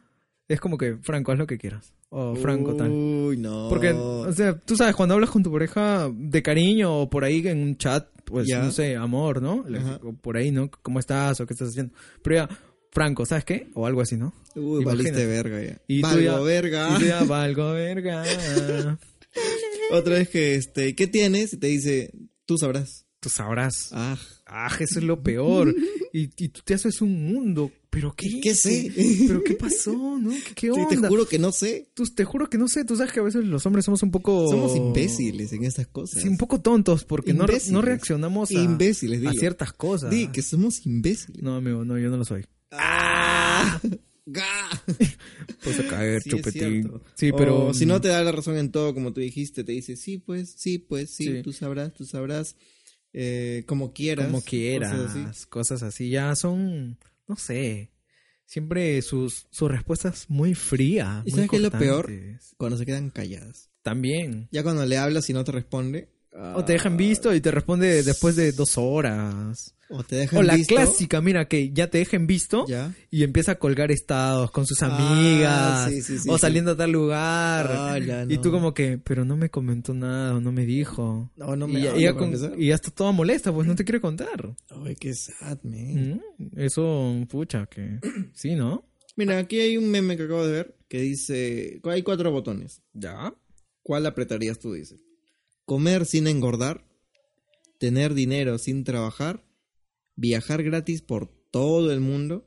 B: es como que Franco, haz lo que quieras. O Franco tal.
A: Uy, no.
B: Porque, o sea, tú sabes, cuando hablas con tu pareja de cariño o por ahí en un chat, pues
A: Ya.
B: no sé, amor, ¿no? Le-
A: Ajá.
B: o por ahí, ¿no? ¿Cómo estás o qué estás haciendo? Pero ya, Franco, ¿sabes qué? O algo así, ¿no?
A: Uy,
B: imagínate.
A: valiste verga ya.
B: Y tú
A: Valgo
B: ya-
A: verga.
B: Y tú ya, valgo verga.
A: Otra vez que, este, ¿qué tienes? Y te dice, tú sabrás.
B: tú pues sabrás.
A: Ah,
B: Ah, eso es lo peor. Y, y tú te haces un mundo. ¿Pero qué?
A: ¿Qué
B: hice?
A: sé?
B: ¿Pero qué pasó? ¿No? ¿Qué, qué
A: sí,
B: onda?
A: te juro que no sé.
B: Tú- te juro que no sé. Tú sabes que a veces los hombres somos un poco...
A: Somos imbéciles en estas cosas.
B: Sí, un poco tontos porque no, re- no
A: Imbéciles.
B: reaccionamos a,
A: Imbéciles,
B: a
A: dilo.
B: ciertas cosas.
A: Di que somos imbéciles.
B: No, amigo, no, yo no lo soy.
A: ¡Ah! ¡Ga!
B: Vas a caer,
A: Sí, es
B: chupetín.
A: cierto.
B: Sí, pero... mm.
A: O si no te da la razón en todo, como tú dijiste, te dice, sí, pues, sí, pues, sí,
B: Sí.
A: tú sabrás, tú sabrás, eh, como quieras.
B: Como quieras,
A: cosas así.
B: cosas así. Ya son, no sé, siempre sus, sus respuestas muy frías.
A: ¿Y
B: muy
A: sabes qué es lo peor?
B: cortantes.
A: Cuando se quedan calladas.
B: También.
A: Ya cuando le hablas y no te responde. ah,
B: O te dejan visto y te responde después de dos horas.
A: O te dejan
B: O la
A: visto,
B: clásica, mira, que ya te dejen visto
A: Ya.
B: y empieza a colgar estados con sus
A: Ah,
B: amigas
A: sí, sí, sí,
B: o
A: sí.
B: saliendo a tal lugar.
A: Ah, ya,
B: Y
A: no.
B: tú como que, pero no me comentó nada o no me dijo.
A: No, no me
B: y, ya-
A: habla
B: y ya
A: para
B: con-
A: empezar.
B: y ya está toda molesta, pues no te quiere contar.
A: Ay, qué sad, man.
B: Mm, Eso, pucha, que... Sí, ¿no?
A: Mira, aquí hay un meme que acabo de ver que dice, hay cuatro botones.
B: Ya.
A: ¿Cuál apretarías tú, dice? Comer sin engordar, tener dinero sin trabajar, viajar gratis por todo el mundo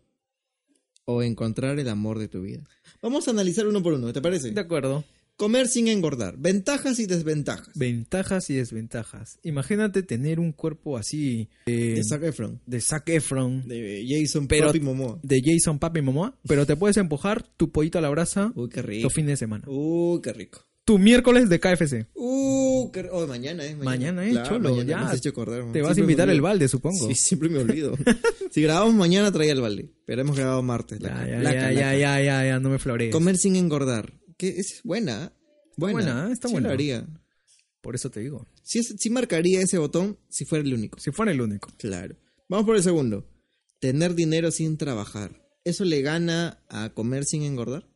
A: o encontrar el amor de tu vida. Vamos a analizar uno por uno, ¿te parece?
B: De acuerdo.
A: Comer sin engordar, ventajas y desventajas.
B: Ventajas y desventajas. Imagínate tener un cuerpo así
A: De Zac Efron,
B: de Zac Efron.
A: de Jason
B: Pero-
A: Papi Momoa.
B: de Jason Papi Momoa, pero te puedes empujar tu pollito a la brasa
A: Uy, qué rico.
B: los fines de semana.
A: Uy, qué rico.
B: Tu miércoles de KFC.
A: Uy, qué rico. Oh, mañana es
B: Mañana es, cholo, ya.
A: me has hecho acordar, man.
B: Te vas a
A: Siempre me
B: invitar el
A: olvido.
B: balde, supongo.
A: Sí, siempre me olvido. si grabamos mañana traía el balde, pero hemos grabado martes.
B: Ya,
A: Laca,
B: ya,
A: laca,
B: ya,
A: laca.
B: ya, ya, ya, no me florees.
A: Comer sin engordar. Que es buena. ¿eh? Buena,
B: buena, ¿eh? Está
A: sí
B: buena.
A: Lo haría.
B: Por eso te digo.
A: Sí, es- sí marcaría ese botón si fuera el único.
B: Si fuera el único.
A: Claro. Vamos por el segundo. Tener dinero sin trabajar. ¿Eso le gana a comer sin engordar?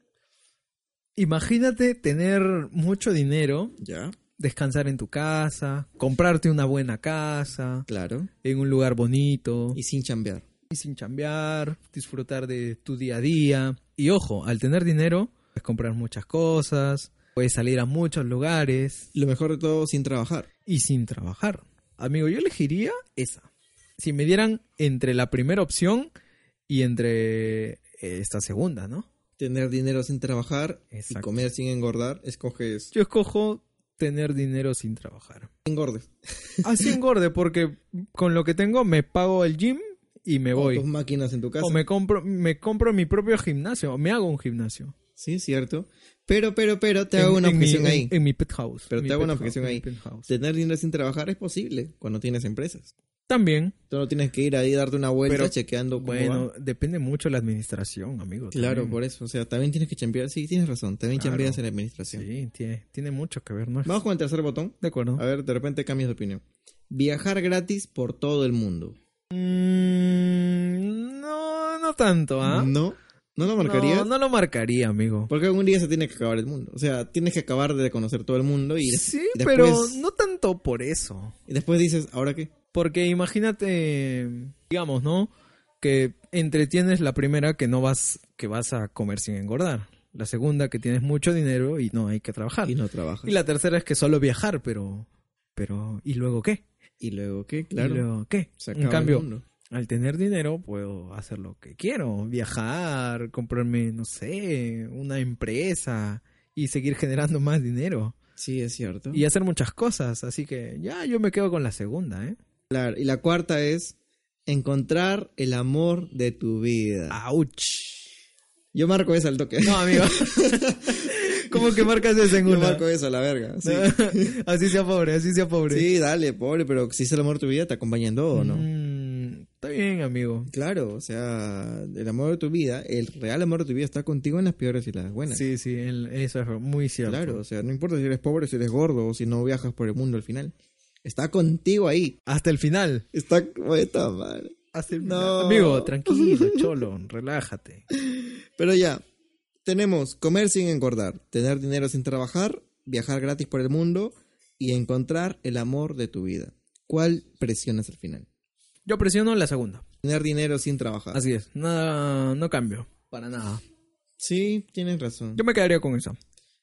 B: Imagínate tener mucho dinero,
A: Ya.
B: descansar en tu casa, comprarte una buena casa,
A: Claro.
B: en un lugar bonito,
A: Y sin chambear.
B: y sin chambear, disfrutar de tu día a día. Y ojo, al tener dinero, puedes comprar muchas cosas, puedes salir a muchos lugares,
A: Lo mejor de todo, sin trabajar.
B: y sin trabajar. Amigo, yo elegiría esa. Si me dieran entre la primera opción y entre eh, esta segunda, ¿no?
A: Tener dinero sin trabajar y
B: Exacto.
A: comer sin engordar, escoges
B: Yo escojo tener dinero sin trabajar.
A: engordes.
B: Así engorde, porque con lo que tengo me pago el gym y me
A: O tus
B: voy.
A: máquinas en tu casa.
B: O me compro, me compro mi propio gimnasio, o me hago un gimnasio.
A: Sí, cierto. Pero, pero, pero, te
B: En-
A: hago una
B: en mi-
A: objeción
B: en-
A: ahí.
B: En, mi penthouse.
A: Pero
B: mi
A: te hago una
B: penthouse,
A: objeción
B: mi
A: ahí.
B: penthouse.
A: Tener dinero sin trabajar es posible cuando tienes empresas.
B: También.
A: Tú no tienes que ir ahí darte una vuelta
B: Pero,
A: chequeando cómo
B: Bueno,
A: va.
B: depende mucho de la administración, amigo.
A: Claro,
B: también.
A: por eso. O sea, también tienes que chambear. Sí, tienes razón. También
B: Claro.
A: chambeas en la administración.
B: Sí, tiene, tiene mucho que ver, ¿no?
A: Vamos con el tercer botón.
B: De acuerdo.
A: A ver, de repente cambias de opinión. Viajar gratis por todo el mundo.
B: Mm, no, no tanto, ¿ah?
A: ¿No? ¿No lo marcaría?
B: No, no lo marcaría, amigo.
A: Porque algún día se tiene que acabar el mundo. O sea, tienes que acabar de conocer todo el mundo y, des-
B: Sí,
A: y después,
B: pero no tanto por eso.
A: y después dices, ¿ahora qué?
B: Porque imagínate, digamos, ¿no? Que entretienes la primera que no vas, que vas a comer sin engordar. La segunda que tienes mucho dinero y no hay que trabajar.
A: Y
B: Y,
A: no trabajas.
B: la tercera es que solo viajar, pero, pero, ¿y luego qué?
A: ¿Y luego qué?
B: ¿Y
A: Claro.
B: luego qué?
A: se acaba
B: en cambio,
A: el mundo.
B: al tener dinero puedo hacer lo que quiero, viajar, comprarme, no sé, una empresa y seguir generando más dinero
A: Sí, es cierto.
B: y hacer muchas cosas. Así que ya yo me quedo con la segunda, ¿eh?
A: Claro, y la cuarta es encontrar el amor de tu vida.
B: ¡Auch!
A: Yo marco esa al toque.
B: No, amigo. ¿Cómo que marcas esa en
A: Yo
B: una?
A: marco esa a la verga. Sí.
B: así sea pobre, así sea pobre.
A: Sí, dale, pobre, pero si es el amor de tu vida, te acompaña en todo, ¿no?
B: Mm, está bien, amigo.
A: Claro, o sea, el amor de tu vida, el real amor de tu vida está contigo en las peores y las buenas.
B: Sí, sí, el- eso es muy cierto.
A: Claro, o sea, no importa si eres pobre, si eres gordo o si no viajas por el mundo al final. Está contigo ahí.
B: Hasta el final.
A: Está. Está mal.
B: Hasta el
A: No.
B: final. Amigo, tranquilo, cholo, relájate.
A: Pero ya, tenemos comer sin engordar, tener dinero sin trabajar, viajar gratis por el mundo y encontrar el amor de tu vida. ¿Cuál presionas al final?
B: Yo presiono la segunda.
A: Tener dinero sin trabajar.
B: Así es, nada, no cambio. Para nada.
A: Sí, tienes razón.
B: Yo me quedaría con eso.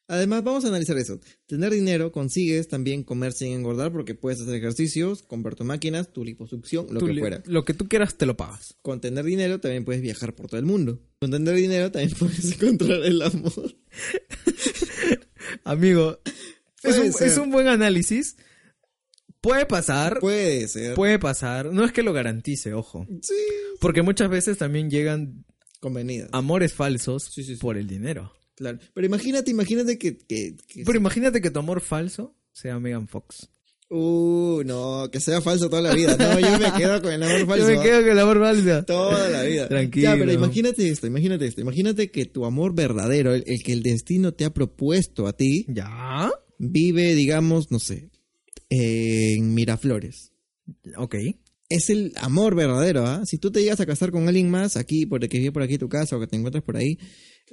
A: Además, vamos a analizar eso. Tener dinero consigues también comer sin engordar porque puedes hacer ejercicios, comprar tus máquinas, tu liposucción, lo
B: Tú
A: que
B: li-
A: fuera.
B: Lo que tú quieras te lo pagas.
A: Con tener dinero también puedes viajar por todo el mundo. Con tener dinero también puedes encontrar el amor.
B: Amigo, es
A: Puede
B: un,
A: ser.
B: es un buen análisis. Puede pasar,
A: Puede ser.
B: puede pasar. No es que lo garantice, ojo.
A: Sí.
B: Porque muchas veces también llegan
A: Convenidas.
B: amores falsos
A: Sí, sí, sí.
B: por el dinero.
A: Claro. Pero imagínate, imagínate que. que, que-
B: Pero imagínate que tu amor falso sea Megan Fox.
A: Uh, no, que sea falso toda la vida. No, yo me quedo con el amor falso.
B: Yo me quedo con el amor falso.
A: Toda la vida.
B: Tranquilo.
A: Ya, pero imagínate esto, imagínate esto. Imagínate que tu amor verdadero, el, el que el destino te ha propuesto a ti,
B: ¿Ya?
A: vive, digamos, no sé, en Miraflores.
B: Ok.
A: Es el amor verdadero, ¿ah? Si tú te llegas a casar con alguien más aquí, por el que vive por aquí tu casa o que te encuentras por ahí,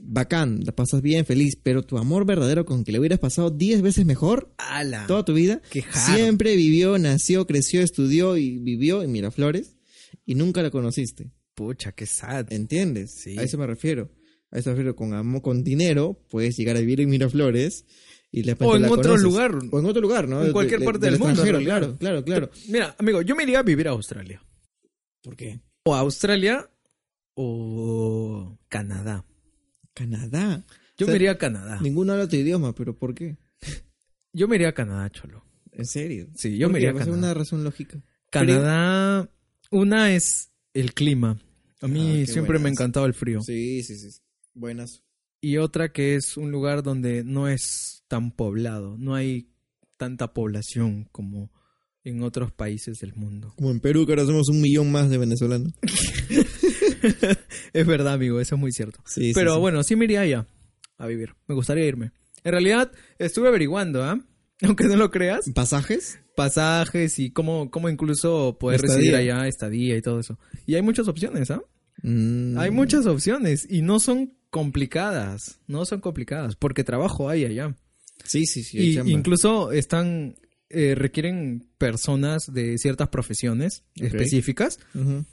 A: bacán, la pasas bien, feliz, pero tu amor verdadero con que le hubieras pasado 10 veces mejor,
B: ¡Hala!
A: toda tu vida.
B: Ah, Qué hard.
A: Siempre vivió, nació, creció, estudió y vivió en Miraflores y nunca la conociste.
B: Pucha, qué sad.
A: ¿Entiendes?
B: Sí.
A: A eso me refiero. A eso me refiero con amo, con dinero, puedes llegar a vivir en Miraflores y de repente
B: O en
A: la
B: otro
A: conoces.
B: lugar.
A: O en otro lugar, ¿no?
B: En
A: De-
B: cualquier
A: de-
B: parte del mundo,
A: extranjero,
B: en
A: Claro, claro, claro.
B: Mira, amigo, yo me iría a vivir a Australia.
A: ¿Por qué?
B: O a Australia o Canadá.
A: Canadá. O
B: Yo
A: sea,
B: me iría a Canadá.
A: Ninguno habla tu idioma, pero ¿por qué?
B: Yo me iría a Canadá, cholo.
A: En serio.
B: Sí, yo
A: ¿Por
B: me
A: qué?
B: iría a
A: Va a ser
B: Canadá.
A: una razón lógica.
B: Canadá, una es el clima. A mí
A: Ah, qué
B: siempre me ha
A: buenas.
B: encantado el frío.
A: Sí, sí, sí. Buenas.
B: Y otra que es un lugar donde no es tan poblado, no hay tanta población como en otros países del mundo.
A: Como en Perú, que ahora somos un millón más de venezolanos.
B: Es verdad, amigo, eso es muy cierto.
A: Sí, sí,
B: Pero
A: sí.
B: bueno, sí me iría allá a vivir. Me gustaría irme. En realidad, estuve averiguando, ¿ah? Aunque no lo creas,
A: ¿Pasajes?
B: pasajes y cómo, cómo incluso poder residir
A: Estadía.
B: allá, estadía y todo eso. Y hay muchas opciones, ¿ah?
A: Mm.
B: Hay muchas opciones y no son complicadas, no son complicadas, porque trabajo hay allá.
A: Sí, sí, sí. hay
B: Y
A: chamba.
B: incluso están, eh, requieren personas de ciertas profesiones
A: Ok.
B: específicas.
A: Ujú.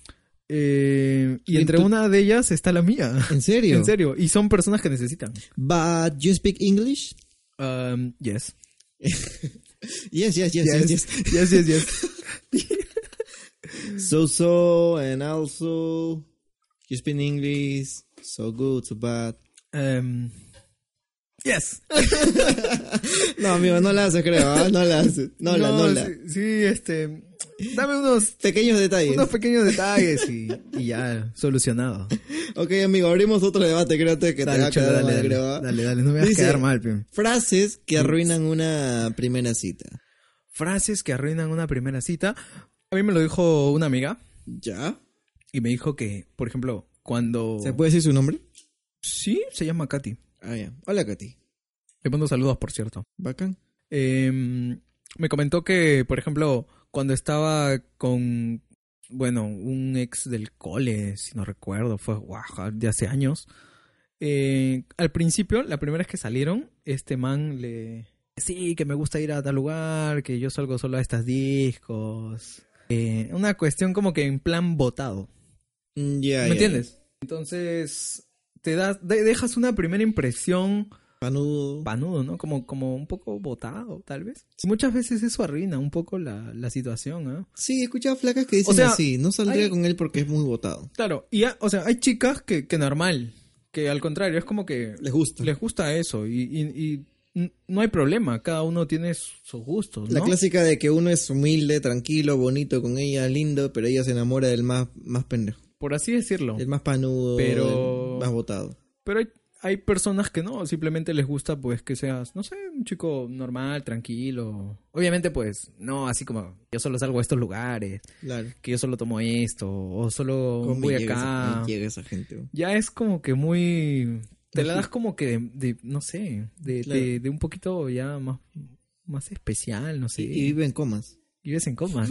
B: eh, y
A: ¿Y
B: entre
A: tú-
B: una de ellas está la mía.
A: ¿En serio?
B: En serio, y son personas que necesitan.
A: But you speak English?
B: Um, yes.
A: Yes, yes, yes, yes,
B: Yes.
A: yes.
B: Yes, yes, yes.
A: So, so, and also, you speak English. So good, so bad.
B: Um, yes.
A: No, amigo, no la haces, creo. ¿ah? No la haces. No, la, no la.
B: Sí, sí, este. Dame unos,
A: Pequeños detalles.
B: unos pequeños detalles y, y ya, solucionado.
A: Ok, amigo, abrimos otro debate, creo que te va a
B: cholo,
A: quedar mal,
B: dale,
A: creo, ¿ah?
B: dale, dale, dale, no me vas
A: Dice-
B: a quedar mal, Pim.
A: Frases que arruinan una primera cita.
B: Frases que arruinan una primera cita. A mí me lo dijo una amiga
A: ¿Ya?
B: y me dijo que, por ejemplo, cuando.
A: ¿Se puede decir su nombre?
B: Sí, se llama Katy.
A: Ah, ya. Hola, Katy.
B: Le mando saludos, por cierto.
A: Bacán.
B: Eh, me comentó que, por ejemplo, cuando estaba con, bueno, un ex del cole, si no recuerdo, fue guau, de hace años, Eh, al principio, la primera vez que salieron, este man le... Sí, que me gusta ir a tal lugar, que yo salgo solo a estos discos. Eh, una cuestión como que en plan votado.
A: Mm, Ya,
B: ¿Me
A: ya,
B: entiendes? Entonces, te das, de- dejas una primera impresión
A: ya. Panudo.
B: panudo, ¿no? Como, como un poco botado, tal vez. Y muchas veces eso arruina un poco la, la situación, ¿ah?
A: Sí, he escuchado flacas que dicen
B: sea,
A: así. No saldría
B: hay-
A: con él porque es muy votado.
B: Claro, y ha- o sea, hay chicas que, que normal, que al contrario, es como que
A: Les gusta.
B: les gusta eso y, y- y n- no hay problema, cada uno tiene su- sus gustos, ¿no?
A: La clásica de que uno es humilde, tranquilo, bonito con ella, lindo, pero ella se enamora del más, más pendejo.
B: Por así decirlo.
A: El más panudo,
B: Pero-
A: el más votado.
B: Pero hay, hay personas que no, simplemente les gusta pues que seas, no sé, un chico normal, tranquilo. Obviamente pues, no, así como yo solo salgo a estos lugares,
A: Claro.
B: que yo solo tomo esto, o solo
A: ¿Cómo
B: voy
A: me llega esa-
B: acá.
A: me llega esa gente? bro?
B: ya es como que muy te la
A: Ujú.
B: das como que de, de- no sé de,
A: Claro.
B: de, de un poquito ya más más especial no sé
A: Y, y
B: y,
A: vive en comas.
B: ves en comas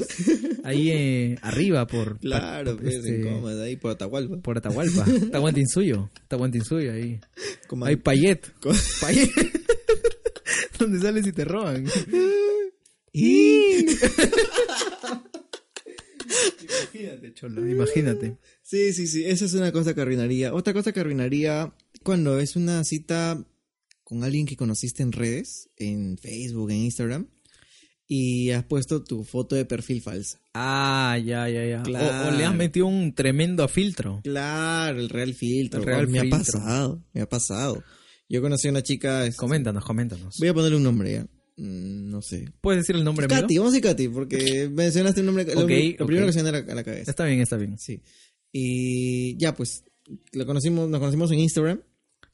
B: ahí eh, arriba por
A: Claro,
B: pa-
A: vive en
B: este,
A: comas, ahí por Atahualpa.
B: por Atahualpa Tahuantinsuyo Tahuantinsuyo ahí
A: Comas-
B: hay Payet
A: Co-
B: Payet donde sales y te roban
A: Y-
B: imagínate cholo imagínate
A: Sí, sí, sí, esa es una cosa que arruinaría. Otra cosa que arruinaría cuando es una cita con alguien que conociste en redes, en Facebook, en Instagram, y has puesto tu foto de perfil falsa.
B: ah ya ya ya O- o, le
A: Claro.
B: has metido un tremendo filtro
A: Claro, el real filtro.
B: El real
A: me
B: filtro.
A: ha pasado, me ha pasado. Yo conocí a una chica. es-
B: coméntanos coméntanos
A: Voy a ponerle un nombre ya. Mm, No sé.
B: puedes decir el nombre amigo?
A: Katy, vamos a decir Katy, porque mencionaste un nombre. lo-
B: Ok,
A: lo,
B: ok.
A: primero que se me viene a la- a la cabeza.
B: Está bien, está bien.
A: Sí. Y ya, pues, lo conocimos, nos conocimos en Instagram.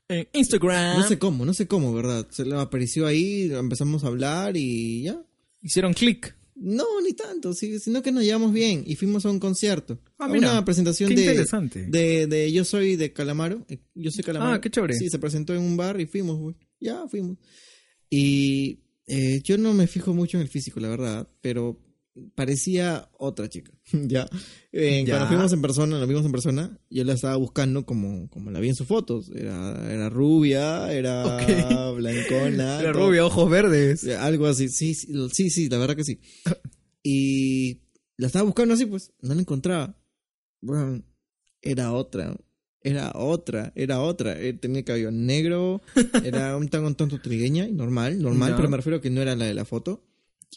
B: En Instagram
A: No sé cómo, no sé cómo, ¿verdad? Se le apareció ahí, empezamos a hablar y ya.
B: hicieron clic.
A: No, ni tanto, sí, sino que nos llevamos bien y fuimos a un concierto.
B: Ah,
A: a
B: mira,
A: una presentación
B: qué
A: de,
B: interesante.
A: de de Yo soy de Calamaro, eh, Yo soy Calamaro.
B: Ah, qué chévere.
A: Sí, se presentó en un bar y fuimos, güey. Ya fuimos. Y eh, yo no me fijo mucho en el físico, la verdad, pero parecía otra chica. ya. Eh,
B: Ya.
A: Cuando fuimos en persona, la vimos en persona, yo la estaba buscando como, como la vi en sus fotos. Era, era rubia, era
B: Ok.
A: blancona.
B: Era
A: todo.
B: rubia, ojos verdes.
A: Eh, Algo así, sí, sí, lo- sí, sí, la verdad que sí. Y la estaba buscando así, pues, no la encontraba. Bueno, era otra, era otra, era otra. Eh, Tenía cabello negro, era un tan un tanto trigueña, y normal, normal,
B: Ya.
A: pero me refiero a que no era la de la foto.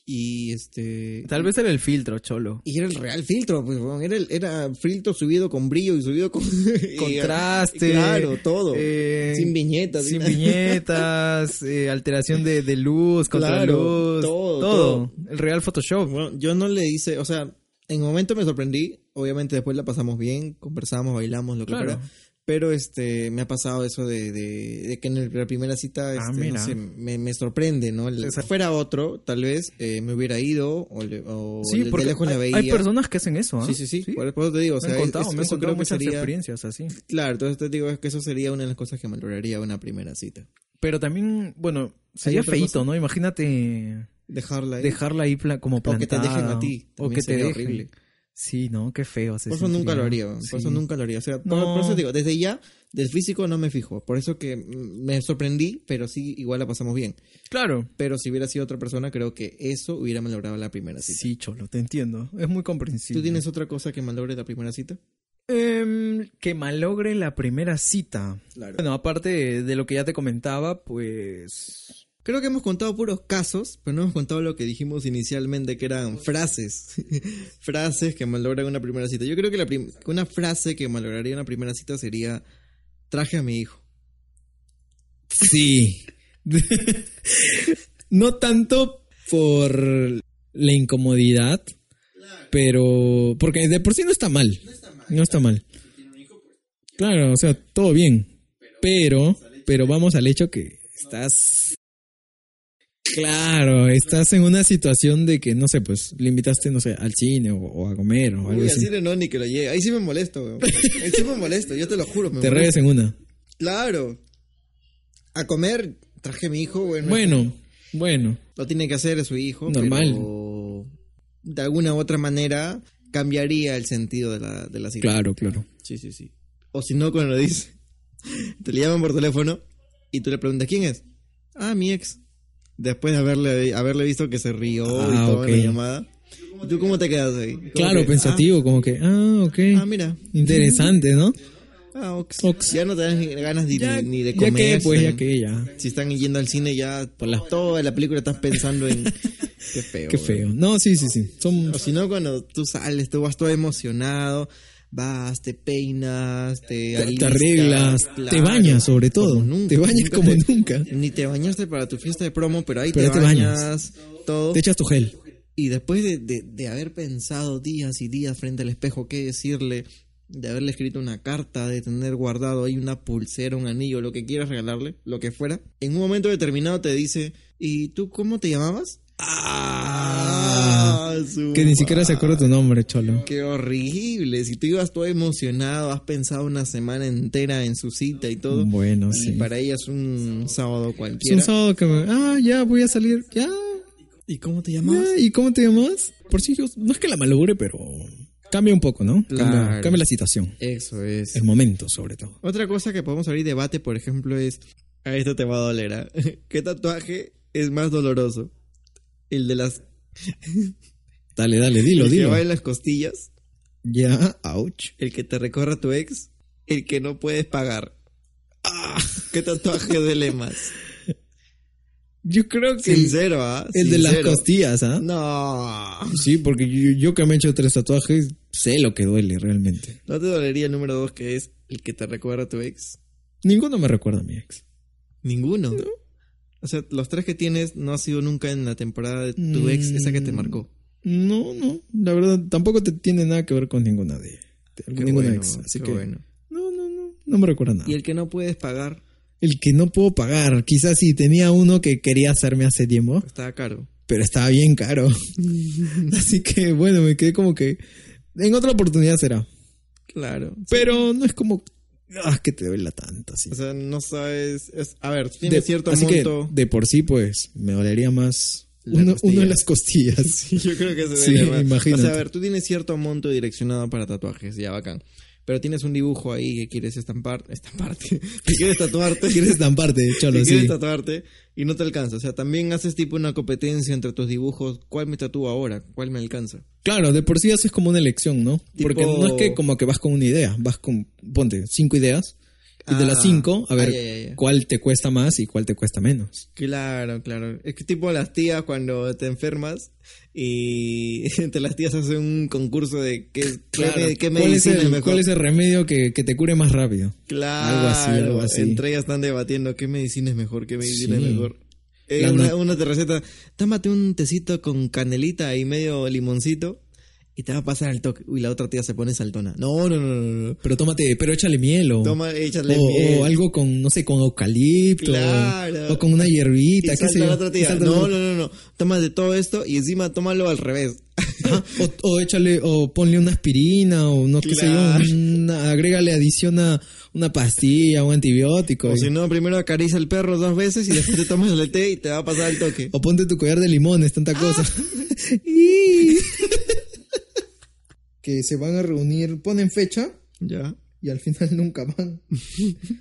A: Y este...
B: Tal vez era el filtro, cholo.
A: Y era el real filtro, pues, weón, era, el- era filtro subido con brillo y subido con... y-
B: Contraste.
A: Claro, todo.
B: eh,
A: sin viñetas.
B: sin
A: nada.
B: viñetas, eh, alteración de, de luz,
A: Claro,
B: contraluz,
A: todo,
B: El real Photoshop.
A: Bueno, yo no le hice, o sea, en el momento me sorprendí, obviamente después la pasamos bien, conversamos, bailamos, lo que
B: Claro.
A: fuera, pero este, me ha pasado eso de, de- de que en el- la primera cita, este, no
B: Ah, mira.
A: sé, me, me sorprende, ¿no? El- si
B: Exacto.
A: fuera otro, tal vez eh, me hubiera ido o, le- o
B: Sí,
A: de
B: porque
A: lejos la
B: hay,
A: veía.
B: hay personas que hacen eso, ¿ah?
A: Sí, sí, sí, por por eso te digo, o sea,
B: me han
A: es-
B: contado,
A: es-
B: me han
A: eso
B: contado
A: creo que
B: muchas
A: sería,
B: experiencias así.
A: claro, entonces te digo es que eso sería una de las cosas que valoraría una primera cita.
B: Pero también, bueno, sería
A: otra
B: feíto, ¿no? Imagínate
A: Dejarla ahí.
B: dejarla ahí pla- como
A: o que te
B: plantada.
A: dejen a ti.
B: O
A: también
B: que te
A: sería
B: dejen.
A: horrible.
B: Este, Sí, no, qué feo. se
A: Por eso nunca
B: sentiría.
A: lo haría, weón. por eso
B: Sí.
A: nunca lo haría. O sea, por,
B: No.
A: por eso te digo, desde ya, del físico no me fijo. Por eso que mm, me sorprendí, pero sí, igual la pasamos bien.
B: Claro.
A: Pero si hubiera sido otra persona, creo que eso hubiera malogrado la primera
B: Sí,
A: cita.
B: Cholo, te entiendo. Es muy comprensible.
A: ¿Tú tienes otra cosa que malogre la primera cita?
B: Em, que malogre la primera cita.
A: Claro.
B: Bueno, aparte de, de lo que ya te comentaba, pues...
A: Creo que hemos contado puros casos, pero no hemos contado lo que dijimos inicialmente, que eran frases. frases que malogran una primera cita. Yo creo que la prim- una frase que malograría una primera cita sería, traje a mi hijo.
B: Sí. no tanto por la incomodidad, pero... Porque de por sí no está mal. No está mal. Claro, o sea, todo bien. pues. Pero, pero vamos al hecho que estás... Claro, estás en una situación de que, no sé, pues le invitaste, no sé, al cine o, o a comer o algo
A: Uy,
B: así.
A: así de no, ni que lo llegue. Ahí sí me molesto, weón. Ahí sí me molesto, yo te lo juro. Me
B: Te
A: molesto.
B: rayas en una.
A: Claro. A comer traje a mi hijo, bueno.
B: Bueno, bueno.
A: Lo tiene que hacer es su hijo.
B: Normal.
A: pero de alguna u otra manera cambiaría el sentido de la, de la cita.
B: Claro, claro.
A: Sí, sí, sí. O si no, cuando lo dice. Te le llaman por teléfono y tú le preguntas quién es. Ah, mi ex. Después de haberle, haberle visto que se rió
B: Ah,
A: y todo en
B: ok.
A: la llamada. ¿Y tú cómo te quedas ahí? Como
B: Claro,
A: que,
B: pensativo, como que, ah,
A: Ah,
B: ok.
A: ah, mira.
B: Interesante, ¿no?
A: Ah, ox.
B: Ox.
A: Ya no te dan ni- ganas ni,
B: Ya-
A: ni de
B: ya
A: comer. este.
B: que, pues,
A: si-
B: ya que, ya.
A: Si están yendo al cine ya por las todas la película estás pensando en... Qué feo.
B: Qué
A: weón.
B: feo. No, sí, sí, sí. Son...
A: O si no, cuando tú sales, tú vas todo emocionado, vas, te peinas, te,
B: Te- te
A: alistas,
B: arreglas, te bañas sobre todo,
A: Como nunca,
B: te bañas como
A: te-
B: nunca.
A: Ni te bañaste para tu fiesta de promo, pero ahí
B: Pero
A: te,
B: te bañas.
A: bañas, todo.
B: Te echas tu gel.
A: Y después de, de- de haber pensado días y días frente al espejo qué decirle, de haberle escrito una carta, de tener guardado ahí una pulsera, un anillo, lo que quieras regalarle, lo que fuera, en un momento determinado te dice, ¿y tú cómo te llamabas? Ah, su
B: Que ni siquiera
A: madre.
B: se acuerda tu nombre, cholo.
A: Qué horrible. Si tú ibas todo emocionado, has pensado una semana entera en su cita y todo.
B: Bueno,
A: y
B: sí.
A: para ella es un sábado
B: Es un
A: cualquiera.
B: sábado que me... Ah, ya, voy a salir. Ya.
A: ¿Y cómo te
B: ya, ¿Y cómo te llamas? Por si yo... No es que la malogre, pero... Cambia un poco, ¿no? Cambia,
A: Claro.
B: cambia la situación.
A: Eso es.
B: El momento, sobre todo.
A: Otra cosa que podemos abrir debate, por ejemplo, es. A esto te va a doler. ¿ah? ¿Qué tatuaje es más doloroso? ¿El de las.
B: Dale, dale, dilo,
A: el que
B: dilo.
A: va en las costillas?
B: Ya, ouch.
A: ¿El que te recorra tu ex? ¿El que no puedes pagar? ¡Ah! ¿Qué tatuaje duele más?
B: Yo creo que el,
A: Sincero, ¿ah?
B: el de las
A: Sincero.
B: costillas, ¿ah?
A: No.
B: Sí, porque yo, yo que me he hecho tres tatuajes, sé lo que duele realmente.
A: ¿No te dolería el número dos que es el que te recuerda a tu ex?
B: Ninguno me recuerda a mi ex.
A: Ninguno. O sea, los tres que tienes no ha sido nunca en la temporada de tu
B: Mm.
A: ex esa que te marcó.
B: No, no, la verdad tampoco te tiene nada que ver con ninguna de, de
A: Qué
B: ninguna
A: bueno,
B: ex, así
A: qué
B: que
A: bueno.
B: no, no, no, no me recuerda nada.
A: Y
B: El...
A: el que no puedes pagar
B: que no puedo pagar, quizás sí tenía uno que quería hacerme hace tiempo,
A: estaba caro.
B: pero estaba bien caro. así que bueno, me quedé como que en otra oportunidad será,
A: Claro.
B: pero no es como ah, que te duela tanto así.
A: O sea, no sabes. es- a ver, tiene
B: De-
A: cierto
B: así
A: monto.
B: que de por sí pues me dolería más
A: La
B: uno,
A: costilla.
B: uno en las costillas.
A: Yo creo que se
B: Sí,
A: duele más.
B: imagínate.
A: O sea, a ver, tú tienes cierto monto direccionado para tatuajes, ya bacán. Pero tienes un dibujo ahí que quieres estampar, estamparte, que quieres tatuarte.
B: Quieres estamparte, cholo,
A: Si
B: sí.
A: quieres tatuarte y no te alcanza. O sea, también haces tipo una competencia entre tus dibujos. ¿Cuál me tatúo ahora? ¿Cuál me alcanza?
B: Claro, de por sí haces como una elección, ¿no?
A: Tipo-
B: Porque no es que como que vas con una idea, vas con, ponte, cinco ideas. Y de
A: Ah,
B: las cinco, a ver
A: ay, ay, ay.
B: cuál te cuesta más y cuál te cuesta menos.
A: Claro, claro. Es que tipo las tías cuando te enfermas y entre las tías hacen un concurso de qué, qué, qué
B: ¿Cuál, es
A: medicina es
B: el,
A: mejor.
B: cuál es el remedio que, que te cure más rápido?
A: Claro,
B: Algo así, algo así.
A: Entre ellas están debatiendo qué medicina es mejor, qué medicina
B: Sí.
A: es mejor. Eh,
B: La
A: una,
B: no-
A: una te receta, tómate un tecito con canelita y medio limoncito y te va a pasar el toque. Uy, la otra tía se pone saltona. No, no, no, no, no, no.
B: Pero tómate, pero échale miel o,
A: Toma, échale
B: o-
A: miel.
B: o algo con, no sé, con eucalipto
A: Claro.
B: o con una
A: Y
B: hierbita, qué
A: salta
B: sé yo.
A: la otra
B: Y
A: tía.
B: salta
A: No, no,
B: la-
A: no, no. Tómate todo esto y encima tómalo al revés.
B: Ajá, O, o échale, o ponle una aspirina o no, qué
A: Claro.
B: sé yo, una- agrégale adición a una pastilla, un antibiótico.
A: O
B: y-
A: si no, primero acaricia el perro dos veces y después te tomas el té y te va a pasar el toque.
B: O ponte tu collar de limones, tanta cosa.
A: Ah.
B: Y- que se van a reunir, ponen fecha
A: Ya.
B: y al final nunca van. O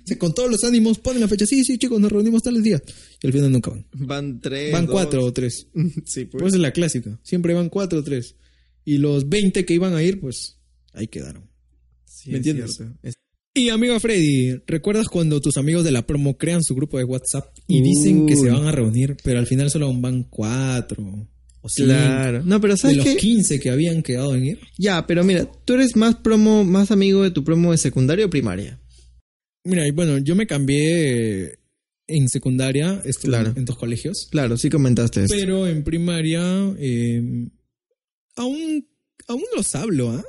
B: sea, con todos los ánimos ponen la fecha. Sí, sí, chicos, nos reunimos tales días. Y al final nunca van.
A: Van tres.
B: Van
A: Eh, dos.
B: cuatro o tres.
A: Sí, pues.
B: Pues esa es la clásica. Siempre van cuatro o tres. Y los 20 que iban a ir, pues ahí quedaron.
A: Sí,
B: ¿me
A: es
B: entiendes?
A: cierto. Es-
B: Y amigo Freddy, ¿recuerdas cuando tus amigos de la promo crean su grupo de WhatsApp y dicen que se
A: Uy.
B: van a reunir, pero al final solo van cuatro o cinco?
A: Claro. No, pero
B: de
A: ¿sabes
B: los
A: qué?
B: 15 que habían quedado en ir.
A: Ya, pero mira, tú eres más promo, más amigo de tu promo de secundaria o primaria.
B: Mira, y bueno, yo me cambié eh, en secundaria, estuve
A: Claro.
B: en dos colegios,
A: Claro, sí comentaste eso.
B: pero en primaria eh, aún, aún los hablo, ¿ah?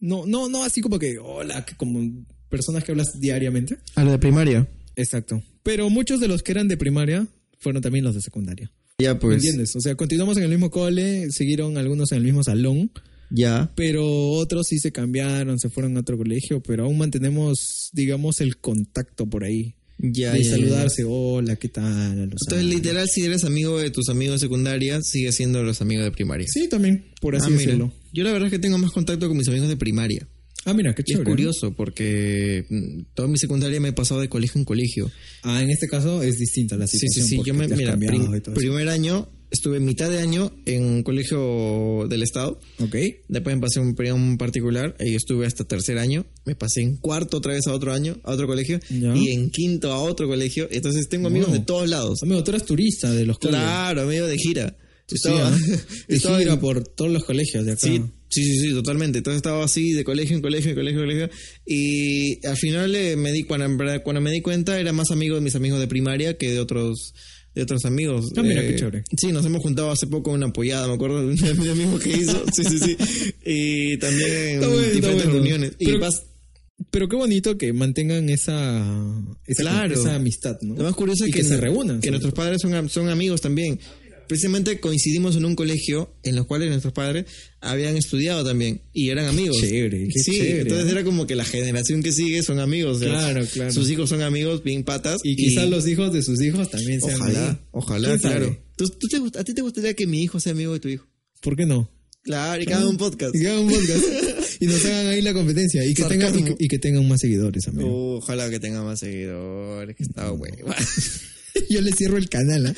B: No, no, no así como que, hola, que como personas que hablas diariamente.
A: A lo de primaria.
B: Exacto. Pero muchos de los que eran de primaria fueron también los de secundaria.
A: Ya,
B: ¿Me
A: pues.
B: entiendes? O sea, continuamos en el mismo cole, siguieron algunos en el mismo salón.
A: Ya.
B: pero otros sí se cambiaron, se fueron a otro colegio, pero aún mantenemos, digamos, el contacto por ahí.
A: Ya,
B: de
A: ya, ya.
B: saludarse, hola, ¿qué tal? A los
A: Entonces,
B: años.
A: literal, si eres amigo de tus amigos de secundaria, sigues siendo los amigos de primaria.
B: Sí, también, por así
A: Ah, mira.
B: decirlo.
A: Yo la verdad es que tengo más contacto con mis amigos de primaria.
B: Ah, mira, qué
A: Y es
B: chévere.
A: curioso porque mm, toda mi secundaria me he pasado de colegio en colegio.
B: Ah, en este caso es distinta la
A: Sí, sí,
B: situación.
A: sí.
B: porque
A: Yo me,
B: te has
A: mira,
B: cambiado
A: prim-
B: y todo eso.
A: primer año estuve mitad de año en un colegio del estado.
B: Ok.
A: Después me pasé a un periodo en particular y estuve hasta tercer año. Me pasé en cuarto otra vez a otro año, a otro colegio.
B: Ya.
A: Y en quinto a otro colegio. Entonces tengo amigos
B: Wow.
A: de todos lados.
B: Amigo, tú eras turista de los colegios.
A: Claro, medio de gira.
B: Tú
A: Estaba-
B: sí, ¿ah? Te
A: estaba
B: gira
A: en-
B: por todos los colegios de acá.
A: Sí, sí, sí, sí, totalmente. Entonces estaba así de colegio en colegio, en colegio, en colegio. Y al final eh, me di, cuando, en verdad- cuando me di cuenta, era más amigo de mis amigos de primaria que de otros de otros amigos. Eh,
B: Ah, mira, qué chévere.
A: Sí, nos hemos juntado hace poco en una apoyada, me acuerdo de un de un amigo que hizo. Sí, sí, sí. Y también en
B: Está bueno, está
A: diferentes
B: bueno.
A: reuniones. Y
B: Pero-
A: más,
B: Pero qué bonito que mantengan esa, esa,
A: Claro.
B: esa amistad, ¿no?
A: lo más curioso
B: y
A: es
B: que, se reúnan.
A: Que
B: sobre
A: nuestros
B: todo.
A: padres son, am- son amigos también. Precisamente coincidimos en un colegio en los cuales nuestros padres habían estudiado también y eran amigos.
B: Chévere, qué
A: sí,
B: chévere,
A: entonces
B: ¿eh?
A: era como que la generación que sigue son amigos. o sea,
B: Claro, claro.
A: Sus hijos son amigos bien patas.
B: Y quizás los hijos de sus hijos también sean
A: Ojalá,
B: así.
A: ojalá,
B: ¿Quién sabe?
A: claro. ¿Tú, tú te gust- ¿A ti te gustaría que mi hijo sea amigo de tu hijo?
B: ¿Por qué no?
A: Claro, y que haga un podcast.
B: Y que hagan un podcast. y nos hagan ahí la competencia. Y que, tengan, y,
A: Sarcasmo.
B: que- y que tengan más seguidores, amigo.
A: Oh, ojalá que tenga más seguidores, que está hueva.
B: Yo le cierro el canal. ¿ah?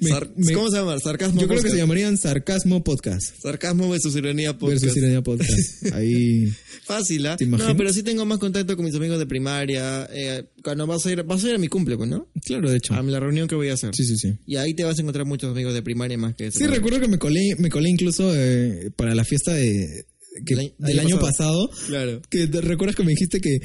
B: Me-
A: Sar-
B: me-
A: ¿Cómo se llama? Sarcasmo.
B: yo creo que
A: Podcast.
B: se llamarían Sarcasmo Podcast.
A: Sarcasmo versus ironía podcast.
B: Versus Ironía Podcast. Ahí.
A: Fácil, ¿ah?
B: ¿Te imaginas?
A: No, pero sí tengo más contacto con mis amigos de primaria. eh, cuando vas a ir, vas a ir a mi cumple, pues, ¿no?
B: Claro, de hecho.
A: A la reunión que voy a hacer.
B: Ah. Sí, sí, sí.
A: Y ahí te vas a encontrar muchos amigos de primaria más que eso.
B: Sí, recuerdo que me colé, me colé incluso eh, para la fiesta de, que-
A: Del año-
B: del año pasado.
A: Claro.
B: Que te recuerdas que me dijiste que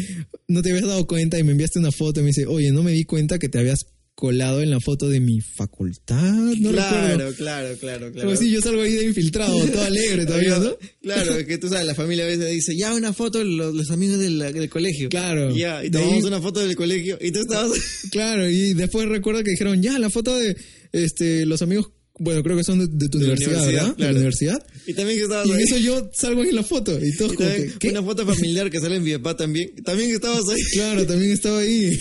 B: no te habías dado cuenta y me enviaste una foto y me dice, oye, no me di cuenta que te habías colado en la foto de mi facultad. No
A: claro,
B: recuerdo.
A: claro, claro, claro.
B: Pero sí, yo salgo ahí de infiltrado, todo alegre todavía, ¿no?
A: Claro, es que tú sabes, la familia a veces dice, ya una foto de los, los amigos del, del colegio.
B: Claro.
A: Ya, y
B: De ahí-
A: tomamos una foto del colegio y tú estabas...
B: Claro, y después recuerdo que dijeron, ya, la foto de este los amigos, bueno, creo que son de, de tu
A: De la
B: universidad,
A: universidad,
B: ¿verdad? De
A: claro.
B: la universidad.
A: y también que estabas
B: Y en
A: ahí.
B: eso yo salgo en la foto y todos
A: Y
B: como
A: también
B: que, ¿qué?
A: una foto familiar que sale en mi papá también. También que estabas ahí.
B: Claro, también estaba ahí.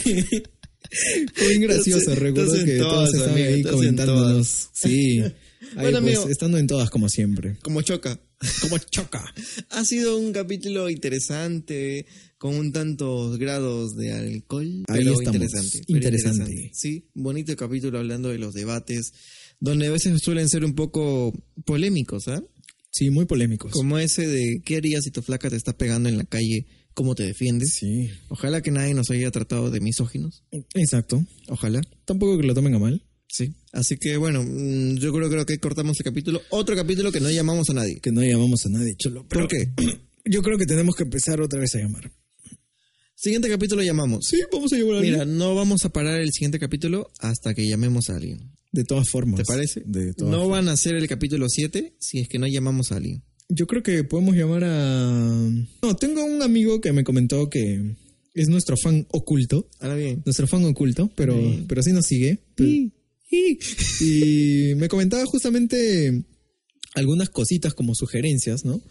B: Fue bien gracioso,
A: Estás-
B: recuerdo
A: estás en
B: que todos
A: todas,
B: estaban
A: amigo,
B: ahí
A: estás en
B: comentándonos. Sí. Ahí,
A: Bueno,
B: pues,
A: amigo.
B: estando en todas como siempre.
A: Como choca.
B: Como choca.
A: Ha sido un capítulo interesante, con un tantos grados de alcohol.
B: Ahí
A: pero
B: estamos.
A: Interesante, pero
B: Interesante.
A: Sí, bonito capítulo hablando de los debates, donde a veces suelen ser un poco polémicos, ¿ah?
B: Sí, muy polémicos.
A: Como ese de qué harías si tu flaca te está pegando en la calle, cómo te defiendes.
B: Sí.
A: Ojalá que nadie nos haya tratado de misóginos.
B: Exacto.
A: Ojalá.
B: Tampoco que lo tomen a mal.
A: Sí. Así que bueno, mm, yo creo, creo que cortamos el capítulo. Otro capítulo que no llamamos a nadie.
B: Que no llamamos a nadie, cholo.
A: ¿Por
B: pero-
A: qué?
B: Yo creo que tenemos que empezar otra vez a llamar.
A: Siguiente capítulo llamamos.
B: Sí, vamos a llamar a
A: Mira, no vamos a parar el siguiente capítulo hasta que llamemos a alguien.
B: De todas formas.
A: ¿Te parece?
B: De todas
A: No
B: formas.
A: van a hacer el capítulo 7 si es que no llamamos a alguien.
B: Yo creo que podemos llamar a... No, tengo un amigo que me comentó que es nuestro fan oculto.
A: Ahora bien.
B: Nuestro fan oculto, pero,
A: Sí.
B: pero sí nos sigue.
A: Sí.
B: Y me comentaba justamente algunas cositas como sugerencias, ¿no?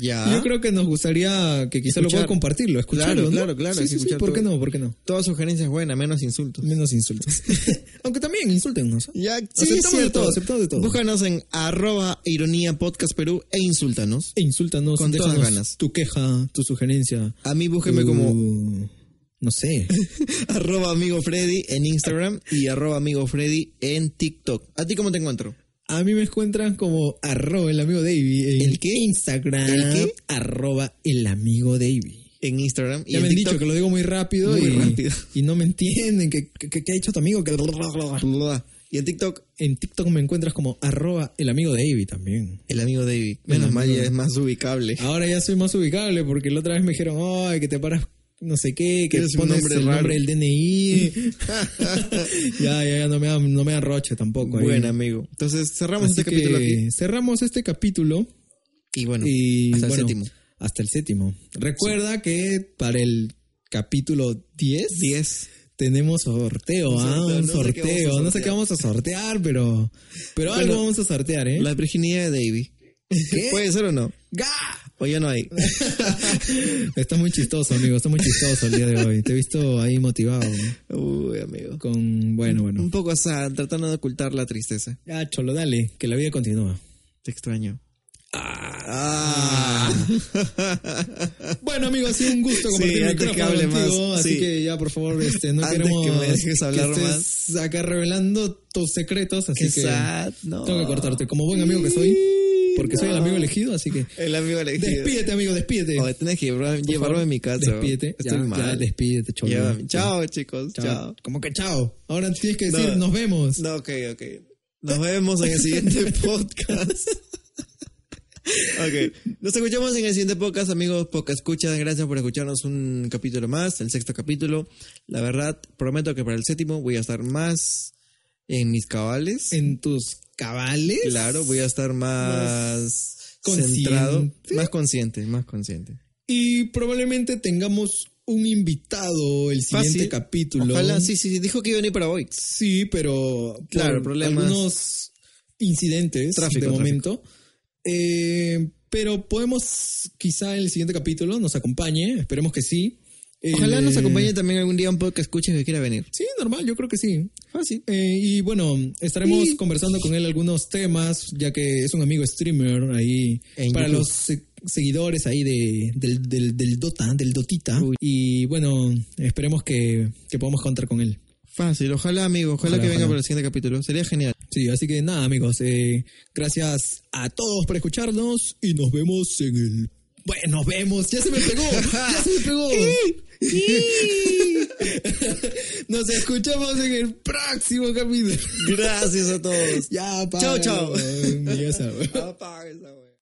A: Ya.
B: Yo creo que nos gustaría que quizá
A: Ah.
B: lo
A: Escuchar.
B: pueda compartirlo, escucharlo,
A: Claro,
B: ¿no?
A: claro, claro,
B: Sí,
A: hay
B: sí,
A: que
B: sí,
A: escuchar
B: ¿por qué
A: todo.
B: no? ¿Por qué no?
A: Todas sugerencias buenas, menos insultos.
B: Menos insultos. Aunque también insultennos. ¿eh?
A: Ya,
B: Aceptamos de todo, aceptamos de todo.
A: Búscanos en arroba ironía podcast Perú e insúltanos.
B: E insúltanos.
A: Con todas
B: déjanos
A: ganas.
B: Tu queja, tu sugerencia.
A: A mí búsqueme
B: tu-
A: como
B: No sé.
A: arroba amigo Freddy en Instagram y arroba amigo Freddy en TikTok. ¿A ti cómo te encuentro?
B: A mí me encuentran como arroba el amigo Davey. en
A: ¿El qué?
B: Instagram.
A: ¿El qué?
B: Arroba el amigo Davey.
A: En Instagram y
B: Ya
A: en
B: me han
A: TikTok.
B: dicho que lo digo muy rápido,
A: Muy
B: y,
A: rápido.
B: y no me entienden. ¿Qué que, que- que ha dicho tu amigo? Que...
A: Y en TikTok
B: En TikTok me encuentras como arroba el amigo Davey también.
A: El amigo David. Menos mal ya es más ubicable.
B: Ahora ya soy más ubicable porque la otra vez me dijeron, ay, que te paras no sé qué, que
A: Tienes un
B: pones
A: nombre
B: el
A: raro".
B: nombre del DNI. ya, ya, ya, no me dan, no me dan roche tampoco. ahí.
A: Buen amigo. Entonces cerramos
B: Así
A: este
B: que
A: capítulo aquí.
B: cerramos este capítulo
A: Y bueno,
B: y
A: hasta el
B: bueno,
A: séptimo.
B: Hasta el séptimo. Recuerda que para el capítulo 10,
A: 10.
B: tenemos sorteo,
A: Un
B: ah,
A: sorteo,
B: un
A: no sé qué vamos a sortear.
B: sorteo. No sé qué vamos a sortear, pero pero
A: Bueno,
B: algo vamos a sortear, ¿eh?
A: La virginidad de David. ¿Puede ser o no?
B: ¡Ga!
A: O ya no hay.
B: Está muy chistoso, amigo. Está muy chistoso el día de hoy. Te he visto ahí motivado. ¿no?
A: Uy, amigo.
B: Con, bueno,
A: Un
B: bueno.
A: poco asá, tratando de ocultar la tristeza.
B: Ya, cholo, dale, que la vida continúa.
A: Te extraño.
B: Ah. Bueno, amigo, ha sido un gusto compartir
A: Sí,
B: el
A: antes que
B: micrófono
A: hable
B: contigo,
A: más,
B: así
A: sí.
B: que ya, por favor, este, no
A: Antes
B: queremos
A: que me dejes hablar
B: estés acá revelando tus secretos, así
A: Qué
B: que
A: sad, no.
B: tengo que cortarte como buen amigo que soy, porque soy el amigo elegido, así que
A: El amigo elegido.
B: despídete, amigo, despídete.
A: Oye, tienes que llevar- llevarme a mi casa.
B: Despídete,
A: Estoy
B: ya,
A: mal.
B: ya, despídete, cholo.
A: Llévame. Chao, chicos. Chao.
B: Como que chao. Ahora tienes que decir,
A: No.
B: nos vemos.
A: No, ok, ok. Nos vemos en el siguiente podcast. Ok. Nos escuchamos en el siguiente podcast, amigos. Poca escuchas. Gracias por escucharnos un capítulo más, el sexto capítulo. La verdad, prometo que para el séptimo voy a estar más en mis cabales.
B: En tus cabales.
A: Claro, voy a estar más,
B: Consciente.
A: centrado, más consciente, más consciente.
B: Y probablemente tengamos un invitado el siguiente
A: Fácil.
B: capítulo.
A: Ojalá, sí, sí, sí, dijo que iba a venir para hoy.
B: Sí, pero por
A: Claro, problemas.
B: algunos incidentes
A: Tráfico,
B: de
A: tráfico.
B: momento. Eh, pero podemos, quizá en el siguiente capítulo nos acompañe, esperemos que sí.
A: Ojalá
B: Eh,
A: nos acompañe también algún día un poco que escuches que quiera venir.
B: Sí, normal, yo creo que sí.
A: Fácil.
B: Eh, y bueno, estaremos
A: Y-
B: conversando con él algunos temas, ya que es un amigo streamer ahí.
A: En
B: para
A: YouTube.
B: los se- seguidores ahí de, del, del, del Dota, del Dotita.
A: Uy.
B: Y bueno, esperemos que, que podamos contar con él.
A: Fácil. Ojalá, amigo. Ojalá,
B: Ojalá,
A: que venga
B: ojalá.
A: para el siguiente capítulo. Sería genial.
B: Sí, así que nada, amigos. eh, gracias a todos por escucharnos y nos vemos en el. Bueno, nos vemos. Ya se me pegó. ya se me pegó.
A: 哎
B: nos escuchamos en el próximo capítulo.
A: Gracias a todos.
B: ya, pa.
A: Chao, chao.
B: Ya, sabe.
A: Apaga esa wea.